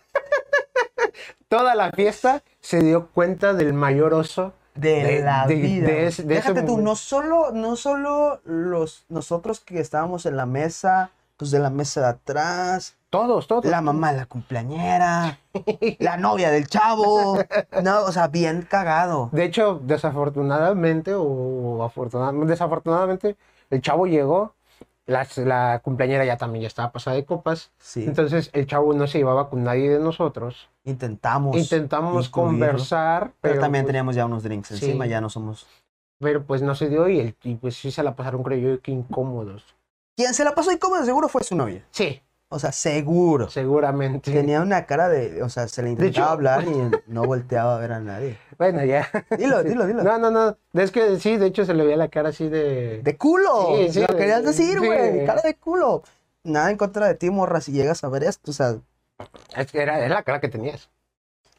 Toda la fiesta se dio cuenta del mayor oso
De,
De-
la
de-
vida.
de
güey.
ese- de ese
Déjate tú,
momento.
no solo, no solo los, nosotros que estábamos en la mesa, los de la mesa de atrás,
Todos, todos.
la mamá de la cumpleañera, la novia del chavo. No, o sea, bien cagado.
De hecho, desafortunadamente o afortunadamente, desafortunadamente, el chavo llegó, las- la cumpleañera ya también ya estaba pasada de copas,
Sí.
entonces el chavo no se llevaba con nadie de nosotros.
Intentamos.
Intentamos
incluirlo,
conversar,
Pues, Pero,
pero,
también
pues,
teníamos ya unos drinks
sí.
encima, ya no somos.
pero pues no se dio y, el, y pues sí se la pasaron, creo yo, que incómodos.
Quien se la pasó incómodo seguro fue su novia.
Sí,
O sea, seguro.
seguramente.
Tenía una cara de. O sea, se le intentaba
hecho-
hablar y no volteaba a ver a nadie.
Bueno, ya.
Dilo, dilo, dilo.
No, no, no. Es que sí, de hecho se le veía la cara así de...
¡De culo!
Sí, sí,
Lo
güey.
querías decir,
Sí,
güey.
güey.
Cara de culo. Nada en contra de ti, morra, si llegas a ver esto. O sea,
Es que era, era la cara que tenías.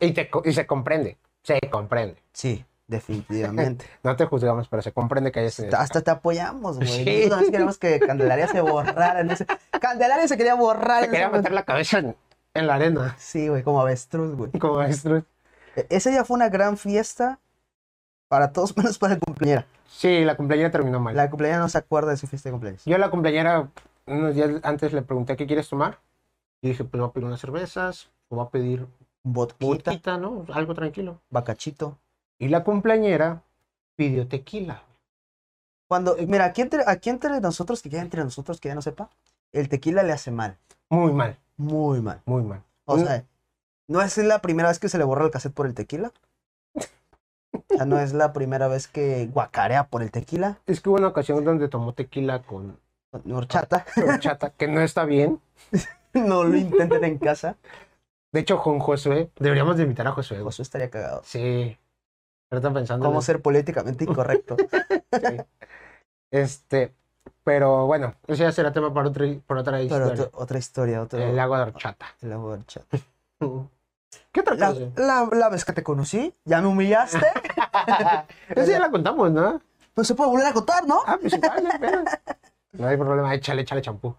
Y, te co- y se comprende, se comprende.
sí, definitivamente.
No te juzgamos, pero se comprende que hayas tenido esa
Hasta te apoyamos, güey.
Sí.
Nosotros también queremos que Candelaria se borrara. en ese- Candelaria se quería borrar.
Se
en
quería
ese momento.
meter la cabeza en, en la arena,
Sí, güey, como avestruz, güey.
como maestro.
E- Ese día fue una gran fiesta para todos menos para el cumpleañera.
Sí, la cumpleañera terminó mal.
La cumpleañera no se acuerda de su fiesta de cumpleaños.
Yo a la cumpleañera unos días antes le pregunté qué quieres tomar. Y dije, pues voy a pedir unas cervezas, o voy a pedir
Vodka,
putita, ¿no? Algo tranquilo.
bacachito.
Y la cumpleañera pidió tequila.
Cuando, mira, aquí entre, aquí entre nosotros, que ya entre nosotros, que ya no sepa, el tequila le hace mal.
Muy mal,
Muy mal.
muy mal.
O
Mm.
sea, no es la primera vez que se le borra el cassette por el tequila. O sea, no es la primera vez que guacarea por el tequila.
Es que hubo una ocasión donde tomó tequila con
con Horchata.
chata, que no está bien.
No lo intenten en casa.
De hecho, con Josué, deberíamos de invitar a Josué. güey.
Pues eso estaría cagado.
Sí. Pero están pensando.
¿Cómo ser políticamente incorrecto?
Este, pero bueno, ese ya será tema para, otro- para otra
Pero
historia.
otro- otra historia, otro.
El agua de horchata.
el agua de horchata.
Mm. ¿Qué Ah. otra
La,
cosa?
la- la vez que te conocí, ya me humillaste.
Esa ya la contamos, ¿no?
Pues se puede volver a contar, ¿no?
Ah, pues igual, no hay pedo. No hay problema, échale, échale champú.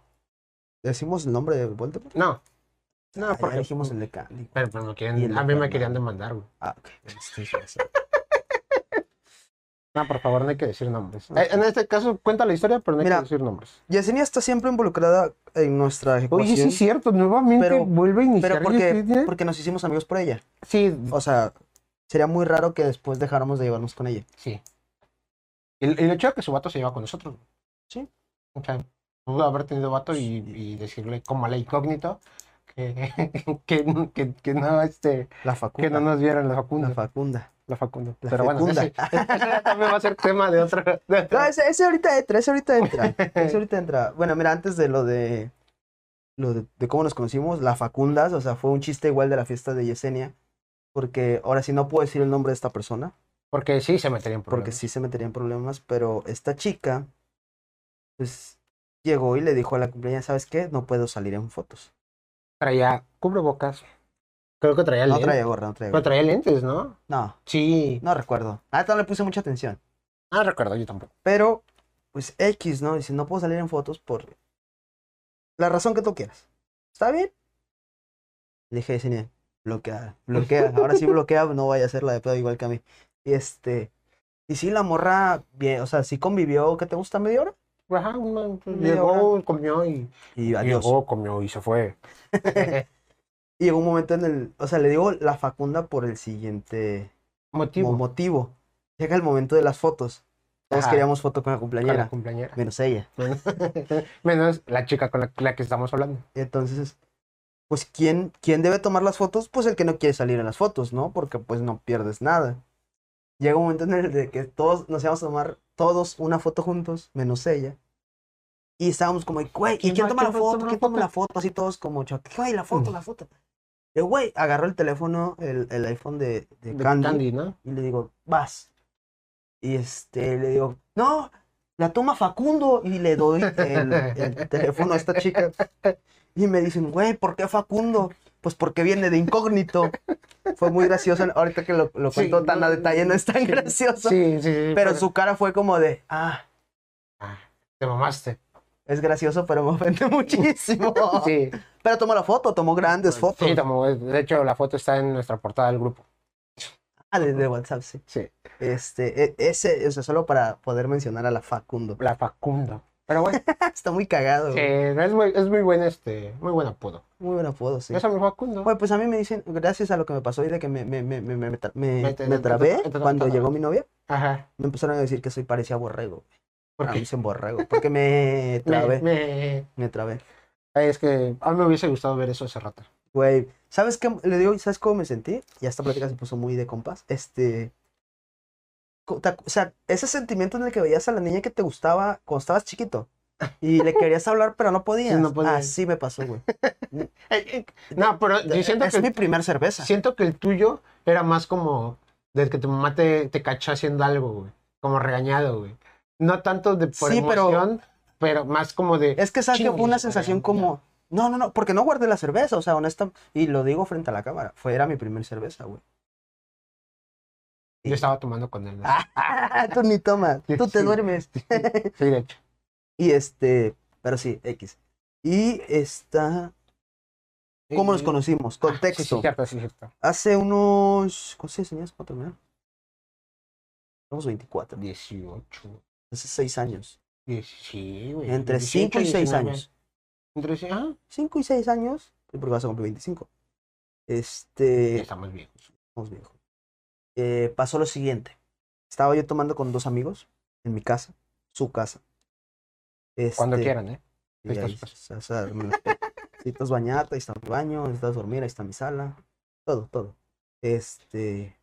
Decimos el nombre de Voldemort.
No. No,
Ah, ya
porque...
dijimos el de Candy.
Pero, pero me quieren-
Y el
a mí me
Batman.
querían demandar, güey.
Ah, ok. Este es eso.
No, por favor, no hay que decir nombres. Eh, En este caso, cuenta la historia, pero no hay
Mira.
que decir nombres.
Yesenia está siempre involucrada en nuestra ejecución.
Oye, sí es cierto, nuevamente
Pero-
vuelve a iniciar.
Pero porque,
Yesenia.
porque nos hicimos amigos por ella.
Sí,
O sea, sería muy raro que después dejáramos de llevarnos con ella.
sí. El, el hecho de que su vato se lleva con nosotros. güey.
Sí.
O sea, pudo haber tenido vato y, y decirle como a la incógnito que, que, que, que no, este,
La
que
Facunda.
no nos vieran la
La
facunda.
Facunda.
La facunda.
La
Pero bueno,
fecunda.
ese, ese también va a ser tema de otro. de otro.
No, ese, ese ahorita entra, ese ahorita entra. ese ahorita entra. Bueno, mira, antes de lo de lo de, de cómo nos conocimos, la Facundas, o sea, fue un chiste igual de la fiesta de Yesenia, porque ahora sí no puedo decir el nombre de esta persona,
Porque sí se meterían por
porque sí se metería en problemas, pero esta chica, pues, llegó y le dijo a la cumpleaños, ¿sabes qué? No puedo salir en fotos.
Traía cubrebocas. Creo que traía
No
lentes.
traía gorra, no traía
Pero
gorra.
traía lentes, ¿no?
No,
Sí.
no recuerdo. Ah, no le puse mucha atención.
No, recuerdo, yo tampoco.
Pero, pues, X, ¿no? Dice, no puedo salir en fotos por la razón que tú quieras. ¿Está bien? Le dije, Yesenia, bloquea, bloquea. Ahora sí bloquea, no vaya a ser la de pedo igual que a mí. Y este... Y sí, la morra, bien, o sea, sí convivió, ¿qué te gusta? ¿Media hora?
Ajá, un- pues,
Media
llegó, comió y
Y adiós.
llegó, comió y se fue.
Y llegó un momento en el, o sea, le digo la Facunda por el siguiente
Motivo.
mo- motivo. Llega el momento de las fotos. Todos
Ajá.
queríamos foto con la
con la
cumpleañera,
cumpleañera.
menos ella.
Menos la chica con la, la que estamos hablando.
Y entonces, pues, ¿quién, ¿quién debe tomar las fotos? Pues el que no quiere salir en las fotos, ¿no? Porque pues no pierdes nada. Llega un momento en el de que todos nos íbamos a tomar todos una foto juntos, menos ella. Y estábamos como, güey, ¿y
¿Quién
quién
va-
toma la
quién va a
foto?
tomar la
¿Quién toma
foto? Mm.
la foto? Así todos como, "Cho- güey, la foto, la foto. El güey agarró el teléfono, el, el iPhone de, de
De
Candy,
Candy, ¿no?
y le digo, vas. Y este, le digo, no, la toma Facundo. Y le doy el, el teléfono a esta chica. Y me dicen, güey, ¿por qué Facundo? Pues porque viene de incógnito. Fue muy gracioso. Ahorita que lo, lo
Sí,
cuento tan a
no,
detalle, no es tan
sí,
gracioso.
Sí, sí, sí.
pero su cara fue como de, ah,
Ah, te mamaste.
es gracioso, pero me ofende muchísimo.
Sí.
Pero tomó la foto, tomó grandes fotos.
Sí, tomó- de hecho, la foto está en nuestra portada del grupo.
Ah, de, de WhatsApp, sí.
Sí.
Este, e- ese, o sea, solo para poder mencionar a la Facundo. Ah,
La Facundo. Pero bueno,
Está muy cagado. güey.
eh, es, muy, es muy buen este, muy buen apodo.
Muy buen apodo, sí.
Es a mi Facundo.
Güey, pues a mí me dicen, gracias a lo que me pasó y de que me, me, me, me, me, me tra- me-
Me te-
me
te-
trabé
te- te- te-
cuando
te-
llegó mi novia,
Ajá.
me empezaron a decir que soy parecía borrego. Ahora me
Porque
dicen borrego, porque me
me,
trabé, me,
me-
trabé.
ay, es que a mí me hubiese gustado ver eso hace rato.
Güey, ¿sabes qué? Le digo, ¿sabes cómo me sentí? Ya esta plática se puso muy de compas. Este... co- te acu- O sea, ese sentimiento en el que veías a la niña que te gustaba cuando estabas chiquito y le querías hablar, pero no podías.
no podías.
Así me pasó, güey.
Eh, eh, No, pero yo siento
es
que
mi primer cerveza.
Siento que el tuyo era más como de que tu mamá te, te cachó haciendo algo, güey. Como regañado, güey. No tanto de por
Sí, pero- Eh,
emoción, pero... más como de.
Es que sabes que fue una
Chingues,
sensación
verga,
como. No, no, no, porque no guardé la cerveza, o sea, honesta. Y lo digo frente a la cámara. Fue, era mi primer cerveza, güey.
Yo estaba tomando con él. ¿no?
ah, tú ni tomas, tú te
Sí.
duermes.
Sí, de hecho.
Y este. Pero sí, X. Y está. ¿Cómo nos
Y-
conocimos?
Ah, Sí, sí,
Contexto.
cierto, sí, cierto.
Hace unos. ¿Cuántos seis años para terminar? Somos 24.
18.
Hace 6 años.
Sí, güey.
Entre 5
18,
y 6
19.
años.
Entre sí, ah,
5 y 6 años. Porque vas a cumplir 25.
ya
Este.
estamos viejos.
Vamos, viejo. Eh, pasó lo siguiente. Estaba yo tomando con dos amigos en mi casa, su casa.
Cuando
Este,
quieran, ¿eh?
y
Ahí
ahí,
estás,
o sea, me las pe- necesitas bañarte, ahí está mi baño, necesitas dormir, ahí está mi sala. Todo, todo. Este.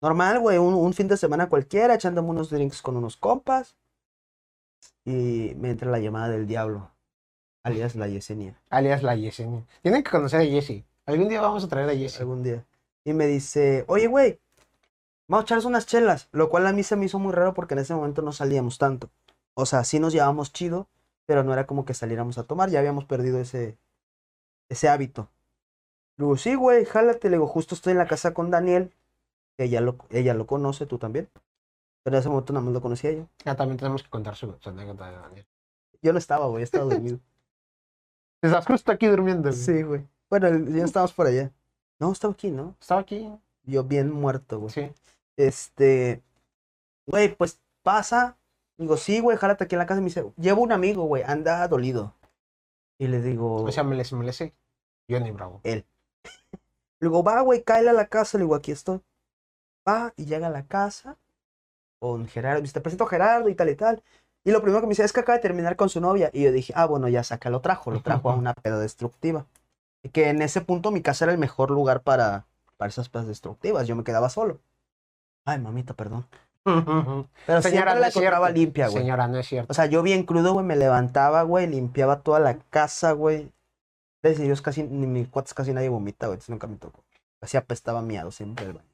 Normal, güey, un, un fin de semana cualquiera, echándome unos drinks con unos compas. Y me entra la llamada del diablo, alias la Yesenia,
Alias la Yesenia. Tienen que conocer a Jessie. Algún día vamos a traer a Jessie.
algún día. Y me dice, oye, güey, vamos a echarse unas chelas. Lo cual a mí se me hizo muy raro porque en ese momento no salíamos tanto. O sea, sí nos llevábamos chido, pero no era como que saliéramos a tomar. Ya habíamos perdido ese, ese hábito. Le digo, sí, güey, jálate. Le digo, justo estoy en la casa con Daniel. que Ella lo, ella lo conoce, tú también. Pero en ese momento nada más lo conocía yo.
Ah, también tenemos que contar su, su anécdota de Daniel.
Yo no estaba, güey, estaba dormido.
Estás justo aquí durmiendo. güey.
sí, güey. Bueno, ya estábamos por allá. No, estaba aquí, ¿no?
Estaba aquí.
Yo bien muerto, güey.
Sí.
Este, güey, pues pasa. Digo, sí, güey, jálate aquí en la casa. Me dice, llevo un amigo, güey, anda dolido. Y le digo,
O sea, me les, me les sé. Johnny Bravo.
le digo, va, güey, cáele a la casa. Le digo, aquí estoy. Va y llega a la casa con Gerardo. Me dice, te presento a Gerardo y tal y tal. Y lo primero que me dice es que acaba de terminar con su novia. Y yo dije, ah, bueno, ya saca, lo trajo. Lo trajo a una peda destructiva. Y que en ese punto mi casa era el mejor lugar para, para esas pedas destructivas. Yo me quedaba solo. Ay, mamita, perdón. Pero
Señora,
siempre
no
la
es cierto.
encontraba limpia, güey.
Señora, no es cierto.
O sea, yo bien crudo, güey, me levantaba, güey, limpiaba toda la casa, güey. Gracias a Dios casi, ni mis cuates casi nadie vomita, güey, entonces nunca me tocó. Así apestaba miado siempre el baño.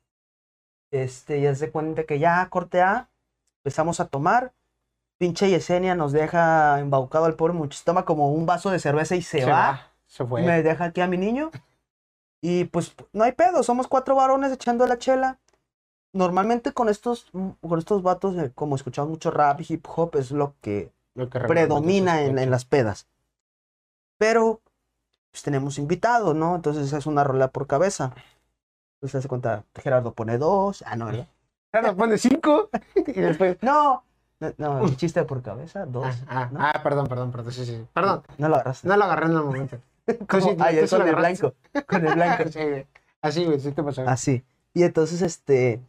Este, ya se cuenta que ya corte A, empezamos a tomar. Pinche Yesenia nos deja embaucado al pobre muchacho. Toma como un vaso de cerveza y se,
Se
va.
va, Se fue.
Me deja aquí a mi niño. Y pues no hay pedo, somos cuatro varones echando la chela. Normalmente con estos, con estos vatos, eh, como escuchamos mucho rap y hip hop, es lo que
Lo que realmente
predomina
se
en, en las pedas. Pero, pues tenemos invitado, ¿no? Entonces es una rola por cabeza. Entonces hace cuenta, Gerardo pone dos. Ah, no,
¿Eh?
¿verdad?
Ahora nos pone cinco y después.
No, no, no, el chiste por cabeza, dos.
Ah, ah,
¿no?
ah, perdón, perdón, perdón. Sí, sí. Perdón,
No lo agarraste.
no lo agarré en el momento. Tú
¿Cómo?
sí-
Ay,
tú sí
con
lo
el
agarraste.
blanco, con el blanco.
Sí, güey. Así, güey, sí te pasó.
Así. Y entonces, este,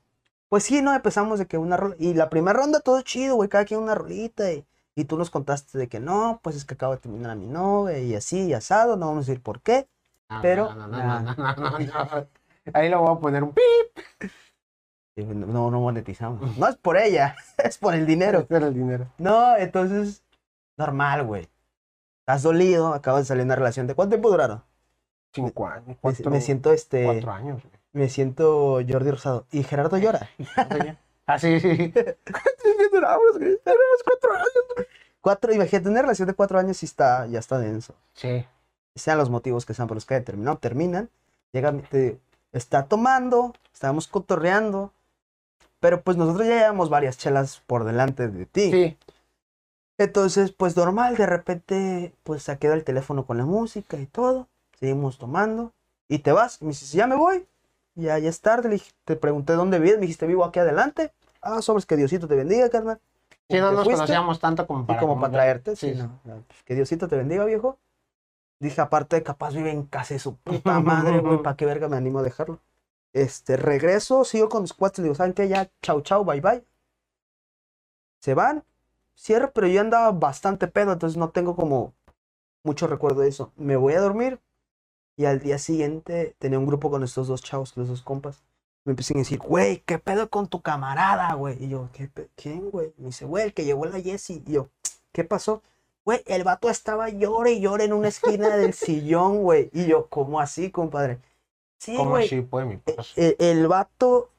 pues sí, no empezamos de que una rola. Y la primera ronda todo chido, güey, cada quien una rolita. Y, y tú nos contaste de que no, pues es que acabo de terminar a mi novia y así, y asado, no vamos a decir por qué.
No,
pero-
no, no, no, no, no, no, no. Ahí lo voy a poner un pi.
Y No, no no monetizamos. No es por ella, es por el dinero.
Era el dinero.
No, entonces, normal, güey. Estás dolido, acabas de salir de una relación. ¿De cuánto tiempo duraron?
Cinco años.
Me-
Cuatro,
me siento, este,
cuatro años. güey.
me siento Jordi Rosado. Y Gerardo llora.
Así, Ah, sí. ¿Cuántos duramos, güey? Éramos cuatro años.
Cuatro, imagínate, una relación de cuatro años sí está, ya está denso.
Sí.
sean los motivos que sean por los que hayan terminado, terminan, llega, te- está tomando, estábamos cotorreando, pero pues nosotros ya llevamos varias chelas por delante de ti.
Sí.
Entonces, pues normal, de repente, pues se queda el teléfono con la música y todo, seguimos tomando, y te vas, y me dices, ya me voy, ya, ya es tarde, le dije- te pregunté dónde vives, me dijiste, vivo aquí adelante, ah, sobres que Diosito te bendiga, carnal.
Sí, no
¿Te
nos
fuiste?
conocíamos tanto como
Y
para.
como para traerte, sí,
Sí, sí.
no, no, pues, que Diosito te bendiga, viejo. Dije, aparte, capaz vive en casa de su puta madre, güey, ¿para qué verga me animo a dejarlo? Este, regreso, sigo con mis cuates, le digo, ¿saben qué? Ya, chau, chau, bye, bye. Se van, cierro, pero yo andaba bastante pedo, entonces no tengo como mucho recuerdo de eso. Me voy a dormir y al día siguiente tenía un grupo con estos dos chavos, los dos compas. Me empiezan a decir, güey, ¿qué pedo con tu camarada, güey? Y yo, ¿Qué pe- ¿quién, güey? Me dice, güey, el que llevó la Jessie. Y yo, ¿qué pasó? Güey, el vato estaba llore y llore en una esquina del sillón, güey. Y yo, ¿cómo así, compadre? Sí,
¿Cómo
güey.
así, pues, mi paso?
El, el vato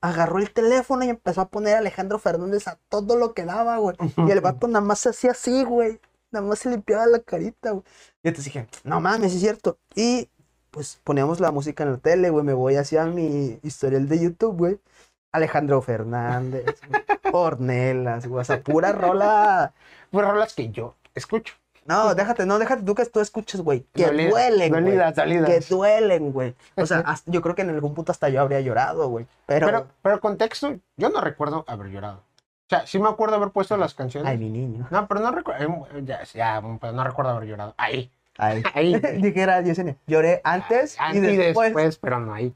agarró el teléfono y empezó a poner a Alejandro Fernández a todo lo que daba, güey. Y el vato nada más se hacía así, güey. Nada más se limpiaba la carita, güey. Y entonces dije, no mames, es cierto. Y pues poníamos la música en la tele, güey. Me voy hacia mi historial de YouTube, güey. Alejandro Fernández, güey. Ornelas, güey. O sea, pura rola.
Pues rolas que yo escucho.
No, déjate, no, déjate tú que tú escuches, güey. Que
Dolidas,
duelen, güey.
Dolidas, dolidas.
Que duelen, güey. O sea, hasta- yo creo que en algún punto hasta yo habría llorado, güey.
Pero, pero contexto, yo no recuerdo haber llorado. O sea, sí me acuerdo haber puesto las canciones.
Ay, mi niño.
No, pero no recuerdo. eh, Ya, ya, pero no recuerdo haber llorado. Ahí.
Ay.
Ahí.
Dijera Yesenia, lloré antes,
Antes
y después.
pero no ahí.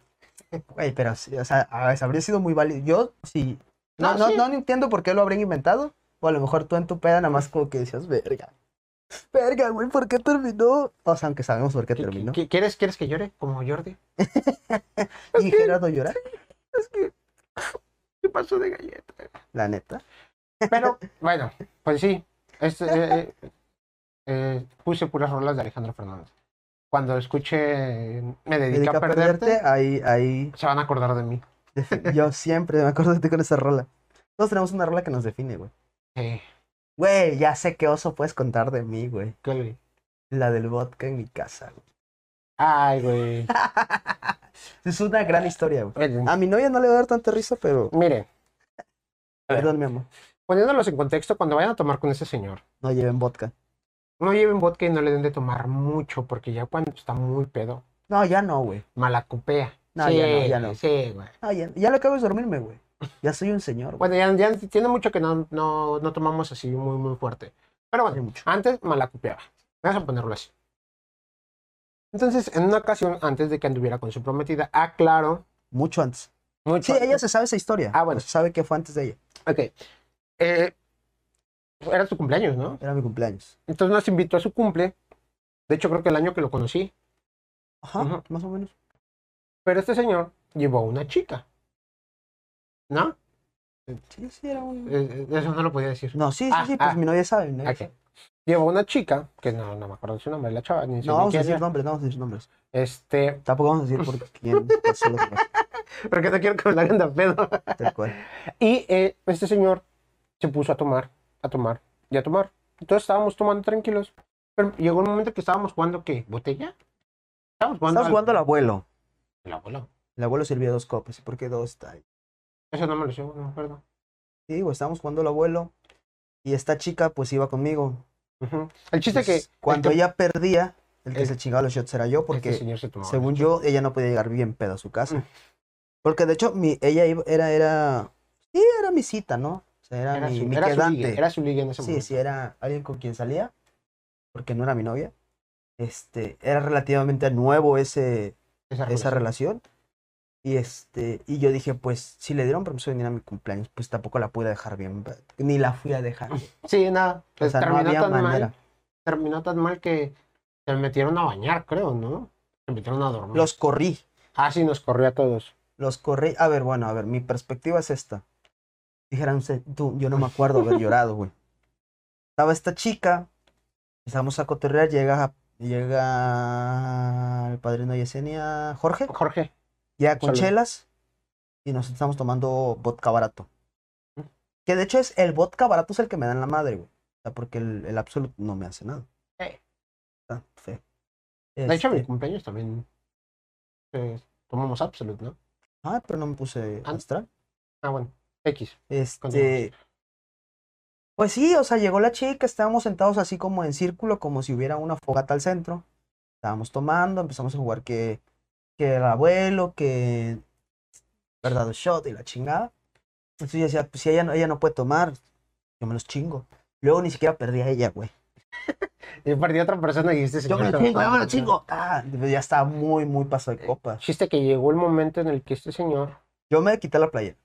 Güey, pero, sí, o sea, a veces habría sido muy válido. Yo, sí. No,
No,
no,
sí.
no entiendo por qué lo habrían inventado. O a lo mejor tú en tu peda nada más como que decías, verga. Verga, güey, ¿por qué terminó? O sea, aunque sabemos por qué
¿Qué-
terminó.
qué- ¿Quieres, ¿Quieres que llore como Jordi?
Y Gerardo llora,
¿Qué pasó de galleta?
la neta.
Pero, bueno, pues sí. Este, eh, eh, eh, puse puras rolas de Alejandro Fernández. Cuando escuche eh, Me dediqué
Dedica
a perderte,
ahí, ahí.
se van a acordar de mí.
Yo siempre me acuerdo de ti con esa rola. Todos tenemos una rola que nos define, güey.
Eh,
Güey, ya sé qué oso puedes contar de mí, güey.
¿qué le-
La del vodka en mi casa. güey.
Ay, güey. ah,
Es una gran historia, güey.
Miren,
A mi novia no le va a dar tanta risa, pero.
Miren, ver.
Perdón, mi amor.
poniéndolos en contexto, cuando vayan a tomar con ese señor,
No lleven vodka.
no lleven vodka y no le den de tomar mucho, porque ya cuando está muy pedo,
No, ya no, güey.
malacopea.
No, ya no, ya no.
güey, Sí, güey.
No, Ah, ya, ya lo acabo de dormirme, güey. Ya soy un señor, güey.
Bueno, ya, ya tiene mucho que no, no, no tomamos así muy, muy fuerte. Pero bueno,
Tiene mucho.
antes malacopeaba. Vamos a ponerlo así. Entonces, en una ocasión, antes de que anduviera con su prometida, ah, claro,
Mucho antes. Sí,
mucho.
ella se sabe esa historia.
Ah, bueno.
Se sabe que fue antes de ella.
Ok. Eh, era su cumpleaños, ¿no?
Era mi cumpleaños.
Entonces nos invitó a su cumple. De hecho, creo que el año que lo conocí.
Ajá,
Ujú.
más o menos.
Pero este señor llevó a una chica. ¿No?
Sí, sí, era un.
Eh, eh, Eso no lo podía decir.
No, sí, sí,
Ah,
sí, pues
ah.
mi novia sabe. mi novia
Ok.
sabe.
Llevo una chica, que no, no me acuerdo su nombre, la chava, ni sé
No
ni
vamos a
quién
decir
era.
nombres, no vamos a decir nombres.
Este,
Tampoco vamos a decir por quién pasó lo que pasó,
porque no quiero que me la hagan de pedo.
tal cual.
Y eh, este señor se puso a tomar, a tomar y a tomar. Entonces estábamos tomando tranquilos. Pero llegó un momento que estábamos jugando, ¿qué? ¿Botella? Estábamos jugando.
Estás
al-
jugando al abuelo.
al abuelo.
El abuelo sirvió dos copas. ¿Y por qué dos? Tal?
Eso no me lo sé, no me acuerdo.
Sí, güey, estábamos jugando al abuelo. Y esta chica, pues iba conmigo.
Ujú. El chiste
Pues,
que.
Cuando
el que-
ella perdía, el que
el-
se chingaba los shots era yo, porque
este señor se tomaba.
según yo, ella no podía llegar bien pedo a su casa.
Mm.
Porque de hecho, mi, ella iba- era, era. Sí, era mi cita, ¿no? O sea, era,
Era
mi,
su,
mi
era su
quedante.
ligue, era su ligue en ese
Sí,
momento.
sí, era alguien con quien salía, porque no era mi novia. Este, era relativamente nuevo ese,
Esa
esa
relación.
relación. Y este, y yo dije, pues, si le dieron permiso de venir a mi cumpleaños, pues tampoco la pude dejar bien, va- ni la fui a dejar. güey.
Sí, nada.
O
Pues
sea, no
terminó
había
tan
manera.
mal. Terminó tan mal que se metieron a bañar, creo, ¿no? Se metieron a dormir.
Los corrí,
Ah, sí, nos corrió a todos.
los corrí. A ver, bueno, a ver, mi perspectiva es esta. Dijeran, usted, tú, yo no me acuerdo haber llorado, güey. Estaba esta chica, empezamos a cotorrear, llega, llega el padrino de Yesenia, Jorge.
Jorge.
Ya con
Salud.
chelas y nos estamos tomando vodka barato.
¿Mm?
Que de hecho es el vodka barato es el que me dan la madre, güey. O sea, porque el, el Absolut no me hace nada.
Eh.
Está feo.
De hecho, en mi
Este,
cumpleaños también eh, tomamos Absolute, ¿no?
ah, pero no me puse
Ah.
astral.
Ah, bueno, X.
Este.
Continuamos.
Pues sí, o sea, llegó la chica, estábamos sentados así como en círculo, como si hubiera una fogata al centro. Estábamos tomando, empezamos a jugar que, que el abuelo, que verdad shot y la chingada. Entonces yo decía, pues si ella no, ella no puede tomar, yo me los chingo. Luego ni siquiera perdí a ella, güey.
Y perdí a otra persona y este
Yo
señor.
me los
estaba
chingo, yo me los
tomando.
chingo. Ah, ya estaba muy, muy pasado
Eh.
de copas.
Chiste que llegó el momento en el que este señor,
Yo me quité la playera.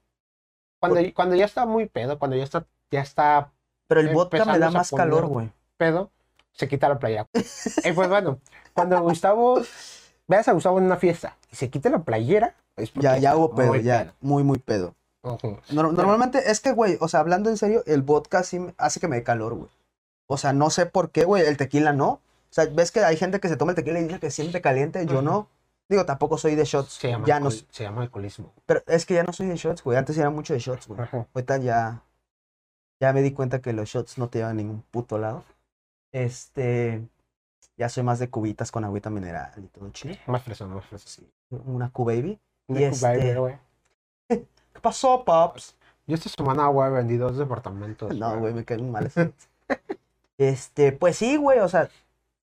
cuando, cuando ya está muy pedo, cuando ya está, ya está
Pero
Eh,
el vodka me da
Empezamos a
más calor,
poner-
güey.
pedo, se quita la playa. Eh, pues bueno, cuando Gustavo, veas a Gustavo en una fiesta y se quita la playera, es porque
Ya, ya
está
hago pedo,
muy
ya. Muy, muy pedo.
pedo. Ujú.
Nor- normalmente es que, güey, o sea, hablando en serio, el vodka sí me- hace que me dé calor, güey. O sea, no sé por qué, güey, el tequila no. O sea, ves que hay gente que se toma el tequila y dice que siente caliente, yo
Ujú.
no. Digo, tampoco soy de shots.
Se llama,
Ya no,
alcohol- se llama alcoholismo.
pero es que ya no soy de shots, güey. Antes era mucho de shots, güey.
Ujú.
Ahorita ya, ya me di cuenta que los shots no te llevan a ningún puto lado. Este, ya soy más de cubitas con agüita mineral y todo chido.
Más fresón, más fresón.
Sí, una Q-Baby.
Una
Y
Cuba
este-
Ebro, güey.
¿Qué pasó, Pops?
Yo esta semana, güey, vendí dos departamentos.
No, güey, me caen mal. esas cosas. Este, pues sí, güey, o sea,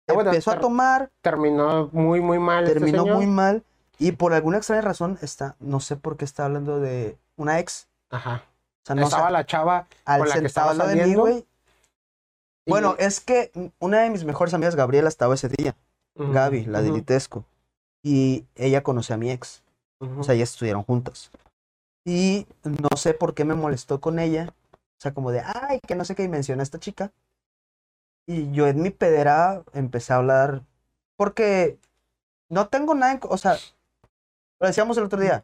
Ah, bueno,
empezó a
ter-
tomar,
Terminó muy, muy mal. este
terminó
señor.
muy mal y por alguna extraña razón está, no sé por qué está hablando de una ex,
Ajá.
o sea, no
estaba
sé,
la chava.
al
con la que
sentado
estaba
al lado de mí,
saliendo.
güey.
y-
Bueno, es que una de mis mejores amigas, Gabriela, estaba ese día,
Ujú,
eh, Gaby, la de
ujú,
Litesco, y ella conoció a mi ex,
ujú.
o sea, ellas estuvieron juntas. Y no sé por qué me molestó con ella, o sea, como de, ay, que no sé qué, y menciona a esta chica. Y yo en mi pedera empecé a hablar, porque no tengo nada en, co- o sea, lo decíamos el otro día.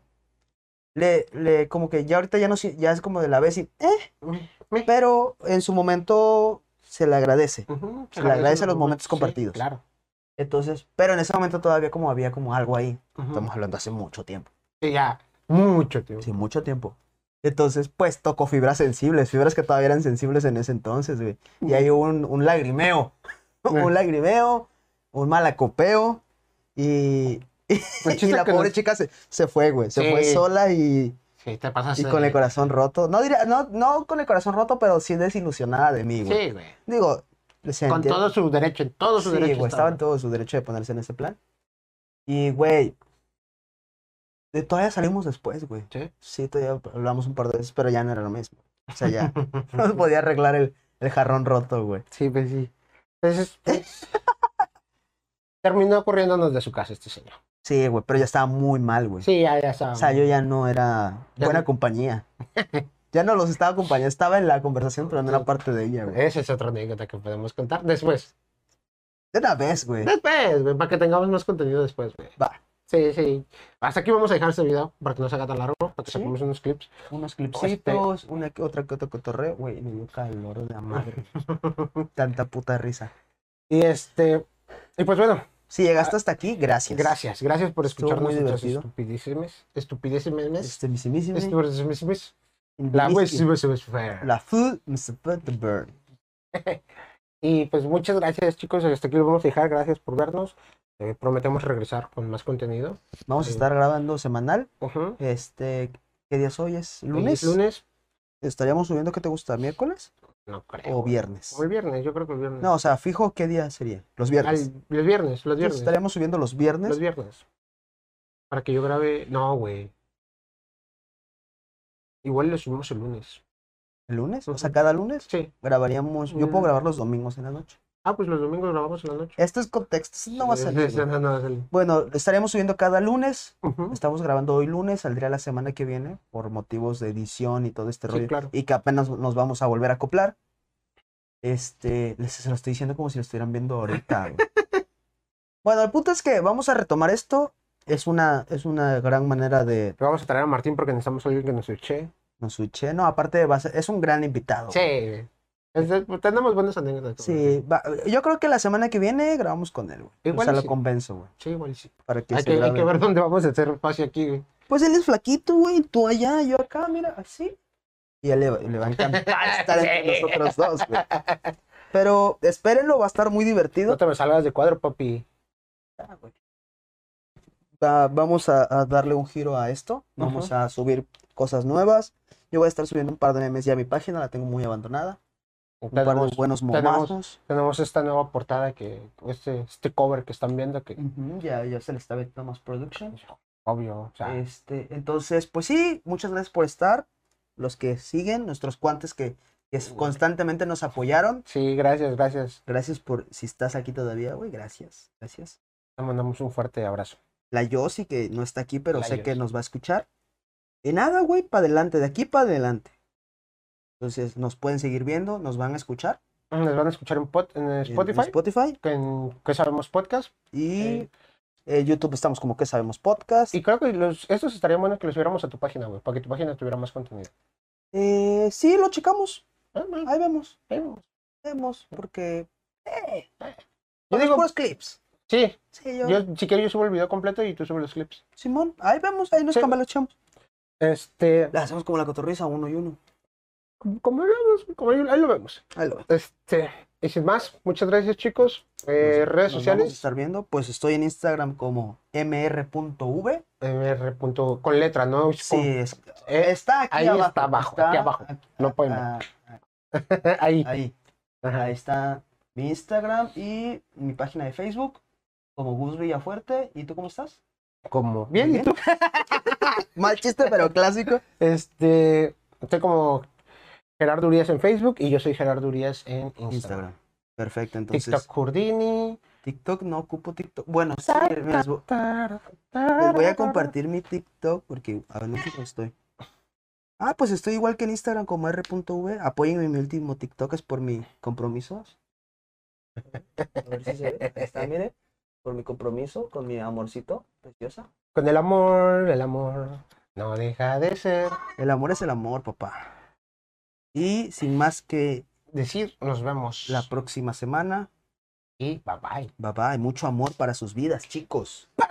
Le, le, como que ya ahorita ya no, si- ya es como de la vez y, eh,
Me- me-
pero en su momento se le agradece.
ujú,
se le agradece los momentos
sí,
compartidos.
claro.
Entonces, pero en ese momento todavía como había como algo ahí.
Ujú.
Estamos hablando hace mucho tiempo.
Sí, ya. Mucho, tío.
Sí, mucho tiempo. Entonces, pues tocó fibras sensibles, fibras que todavía eran sensibles en ese entonces, güey. Y ahí hubo un, un lagrimeo,
Eh.
un lagrimeo, un malacopeo. Y,
El
y
chiste
la
es que
pobre
nos-
chica se, se fue, güey. Se
Sí.
fue sola y,
Sí, te pasas.
y con el corazón roto. No, diría, no, no con el corazón roto, pero sí desilusionada de mí, güey.
Sí, güey.
Digo, se
Con
entiende-
todo su derecho, en todo su
Sí,
derecho.
güey, estaba en todo su derecho de ponerse en ese plan. Y, güey, de todavía salimos después, güey.
Sí.
Sí, todavía hablamos un par de veces, pero ya no era lo mismo. O sea, ya no se podía arreglar el, el jarrón roto, güey.
Sí, pues sí. Entonces, pues, terminó corriéndonos de su casa este señor.
Sí, güey, pero ya estaba muy mal, güey.
Sí, ya, ya estaba.
O sea, yo ya no era
Ya
buena
no-
compañía. Ya no los estaba acompañando, estaba en la conversación, pero no era parte de ella, güey.
Esa es otra anécdota que podemos contar después.
De una vez, güey.
Después, güey, para que tengamos más contenido después, güey.
Va.
Sí, sí. Hasta aquí vamos a dejar este video para que no se haga tan largo, para
Sí.
que saquemos unos clips.
Unos clipsitos,
este
una que otra que otro cotorreo. Güey, me dio calor de la madre. Tanta puta risa.
Y este. Y pues bueno,
Si llegaste hasta aquí, gracias.
gracias. Gracias por
Estuvo
escucharnos
muy
nuestras
divertido.
estupideces. Estupideces.
Este, misimísimo.
Estupideces. La
indivisible.
web sube, sube, sube.
La food, Mr. Burn.
Y pues muchas gracias, chicos. Hasta aquí lo vamos a dejar. Gracias por vernos. Eh, prometemos regresar con más contenido.
Vamos a
Sí.
estar grabando semanal.
Ujú.
Este, ¿qué días hoy es?
El
¿Lunes?
Lunes.
¿Estaríamos subiendo qué te gusta? ¿Miércoles
No creo.
o viernes?
O el viernes, yo creo que el viernes.
No, o sea, fijo qué día sería. Los
Al-
viernes.
los viernes, los
Entonces,
viernes.
Estaríamos subiendo los viernes.
Los viernes. Para que yo grabe. No, güey. Igual lo subimos el lunes.
¿El lunes? O sea,
Ujú.
cada lunes
Sí.
grabaríamos. Yo puedo
Mm.
grabar los domingos en la noche.
Ah, pues los domingos grabamos en la noche.
Esto es contexto, esto no va a
Sí,
salir.
sí,
güey.
no, no va a salir.
Bueno, estaríamos subiendo cada lunes.
Ujú.
Estamos grabando hoy lunes, saldría la semana que viene por motivos de edición y todo este
Sí,
rollo.
claro.
Y que apenas nos vamos a volver a acoplar. Este, les se lo estoy diciendo como si lo estuvieran viendo ahorita. güey. bueno, el punto es que vamos a retomar esto. Es una, es una gran manera de
Le Vamos a traer a Martín porque necesitamos a alguien que nos eche.
nos switche. No, aparte va a ser- es un gran invitado.
Sí. Es- es- Tenemos buenas anécdotas.
Sí, va- yo creo que la semana que viene grabamos con él, güey. O
Igual
sea,
y
lo
sí.
convenzo, güey.
Sí, igual sí.
Para que
Hay
se
que, hay
grabe.
que ver dónde vamos a hacer espacio aquí, güey.
Pues él es flaquito, güey, tú allá, yo acá, mira, así. Y a él le, va- le va a encantar estar entre nosotros dos, güey. Pero espérenlo, va a estar muy divertido.
No te me salgas de cuadro, papi.
Va- vamos a, a darle un giro a esto. Vamos a subir cosas nuevas. Yo voy a estar subiendo un par de memes ya a mi página, la tengo muy abandonada. Un par
Tenemos,
de buenos
tenemos-
momazos.
tenemos esta nueva portada que, este, este cover que están viendo que,
Ujú, ya, ya se le está viendo más production.
obvio, o sea,
Este, entonces, pues sí, muchas gracias por estar. Los que siguen, nuestros cuantes que, que constantemente nos apoyaron.
sí, gracias, gracias.
Gracias por, si estás aquí todavía, güey, gracias, gracias.
Te mandamos un fuerte abrazo.
La Yossi que no está aquí, pero
La
sé que
Yossi.
nos va a escuchar. Y nada, güey, para adelante, de aquí para adelante. Entonces, nos pueden seguir viendo, nos van a escuchar
Nos van a escuchar en, pod- en
en
Spotify,
Spotify
que en Que Sabemos Podcast.
y
Eh.
eh, YouTube estamos como que sabemos podcast.
Y creo que los, estos estarían buenos que los subiéramos a tu página, güey, para que tu página tuviera más contenido.
Eh, sí, lo checamos.
Ah, bueno,
Ahí vemos,
ahí vamos.
vemos, porque eh,
Yo digo,
puros clips.
sí,
Sí, yo,
yo, si quieres yo subo el video completo y tú subes los clips.
Simón, ahí vemos, ahí nos
Sí.
cambalachamos.
Este,
La hacemos como la cotorriza, uno y uno.
como veamos, como ahí lo vemos.
Ahí lo vemos.
Este, y sin más, muchas gracias chicos. Eh,
Nos- nos
redes
vamos a
sociales,
estar viendo, pues estoy en Instagram como mr.v.
mr. punto- Eh, con letra, ¿no?
Sí, es-
Eh,
está aquí
ahí
abajo.
está abajo,
está
aquí abajo.
aquí-
no pueden ver.
ah,
ahí.
ahí,
Ajá.
ahí está mi Instagram y mi página de Facebook como Gus Villafuerte. ¿Y tú cómo estás?
Como. Bien, ¿y tú?
Mal chiste, pero clásico.
Este, estoy como Gerardo Urias en Facebook y yo soy Gerardo Urias en Instagram.
Instagram. Perfecto, entonces
TikTok
TikTok.
Curdini.
no ocupo TikTok. Bueno, sí, mira, les vo- les voy a compartir mi TikTok porque a ver no sé cómo estoy. Ah, pues estoy igual que en Instagram como r.v. Apóyenme en mi último TikTok, es por mi compromiso. A ver si se ve. Ahí está, miren. Por mi compromiso con mi amorcito preciosa.
Con el amor, el amor no deja de ser.
El amor es el amor, papá. Y sin más que
Decir, nos vemos.
la próxima semana,
Y bye bye.
bye bye. Mucho amor para sus vidas, chicos.
Para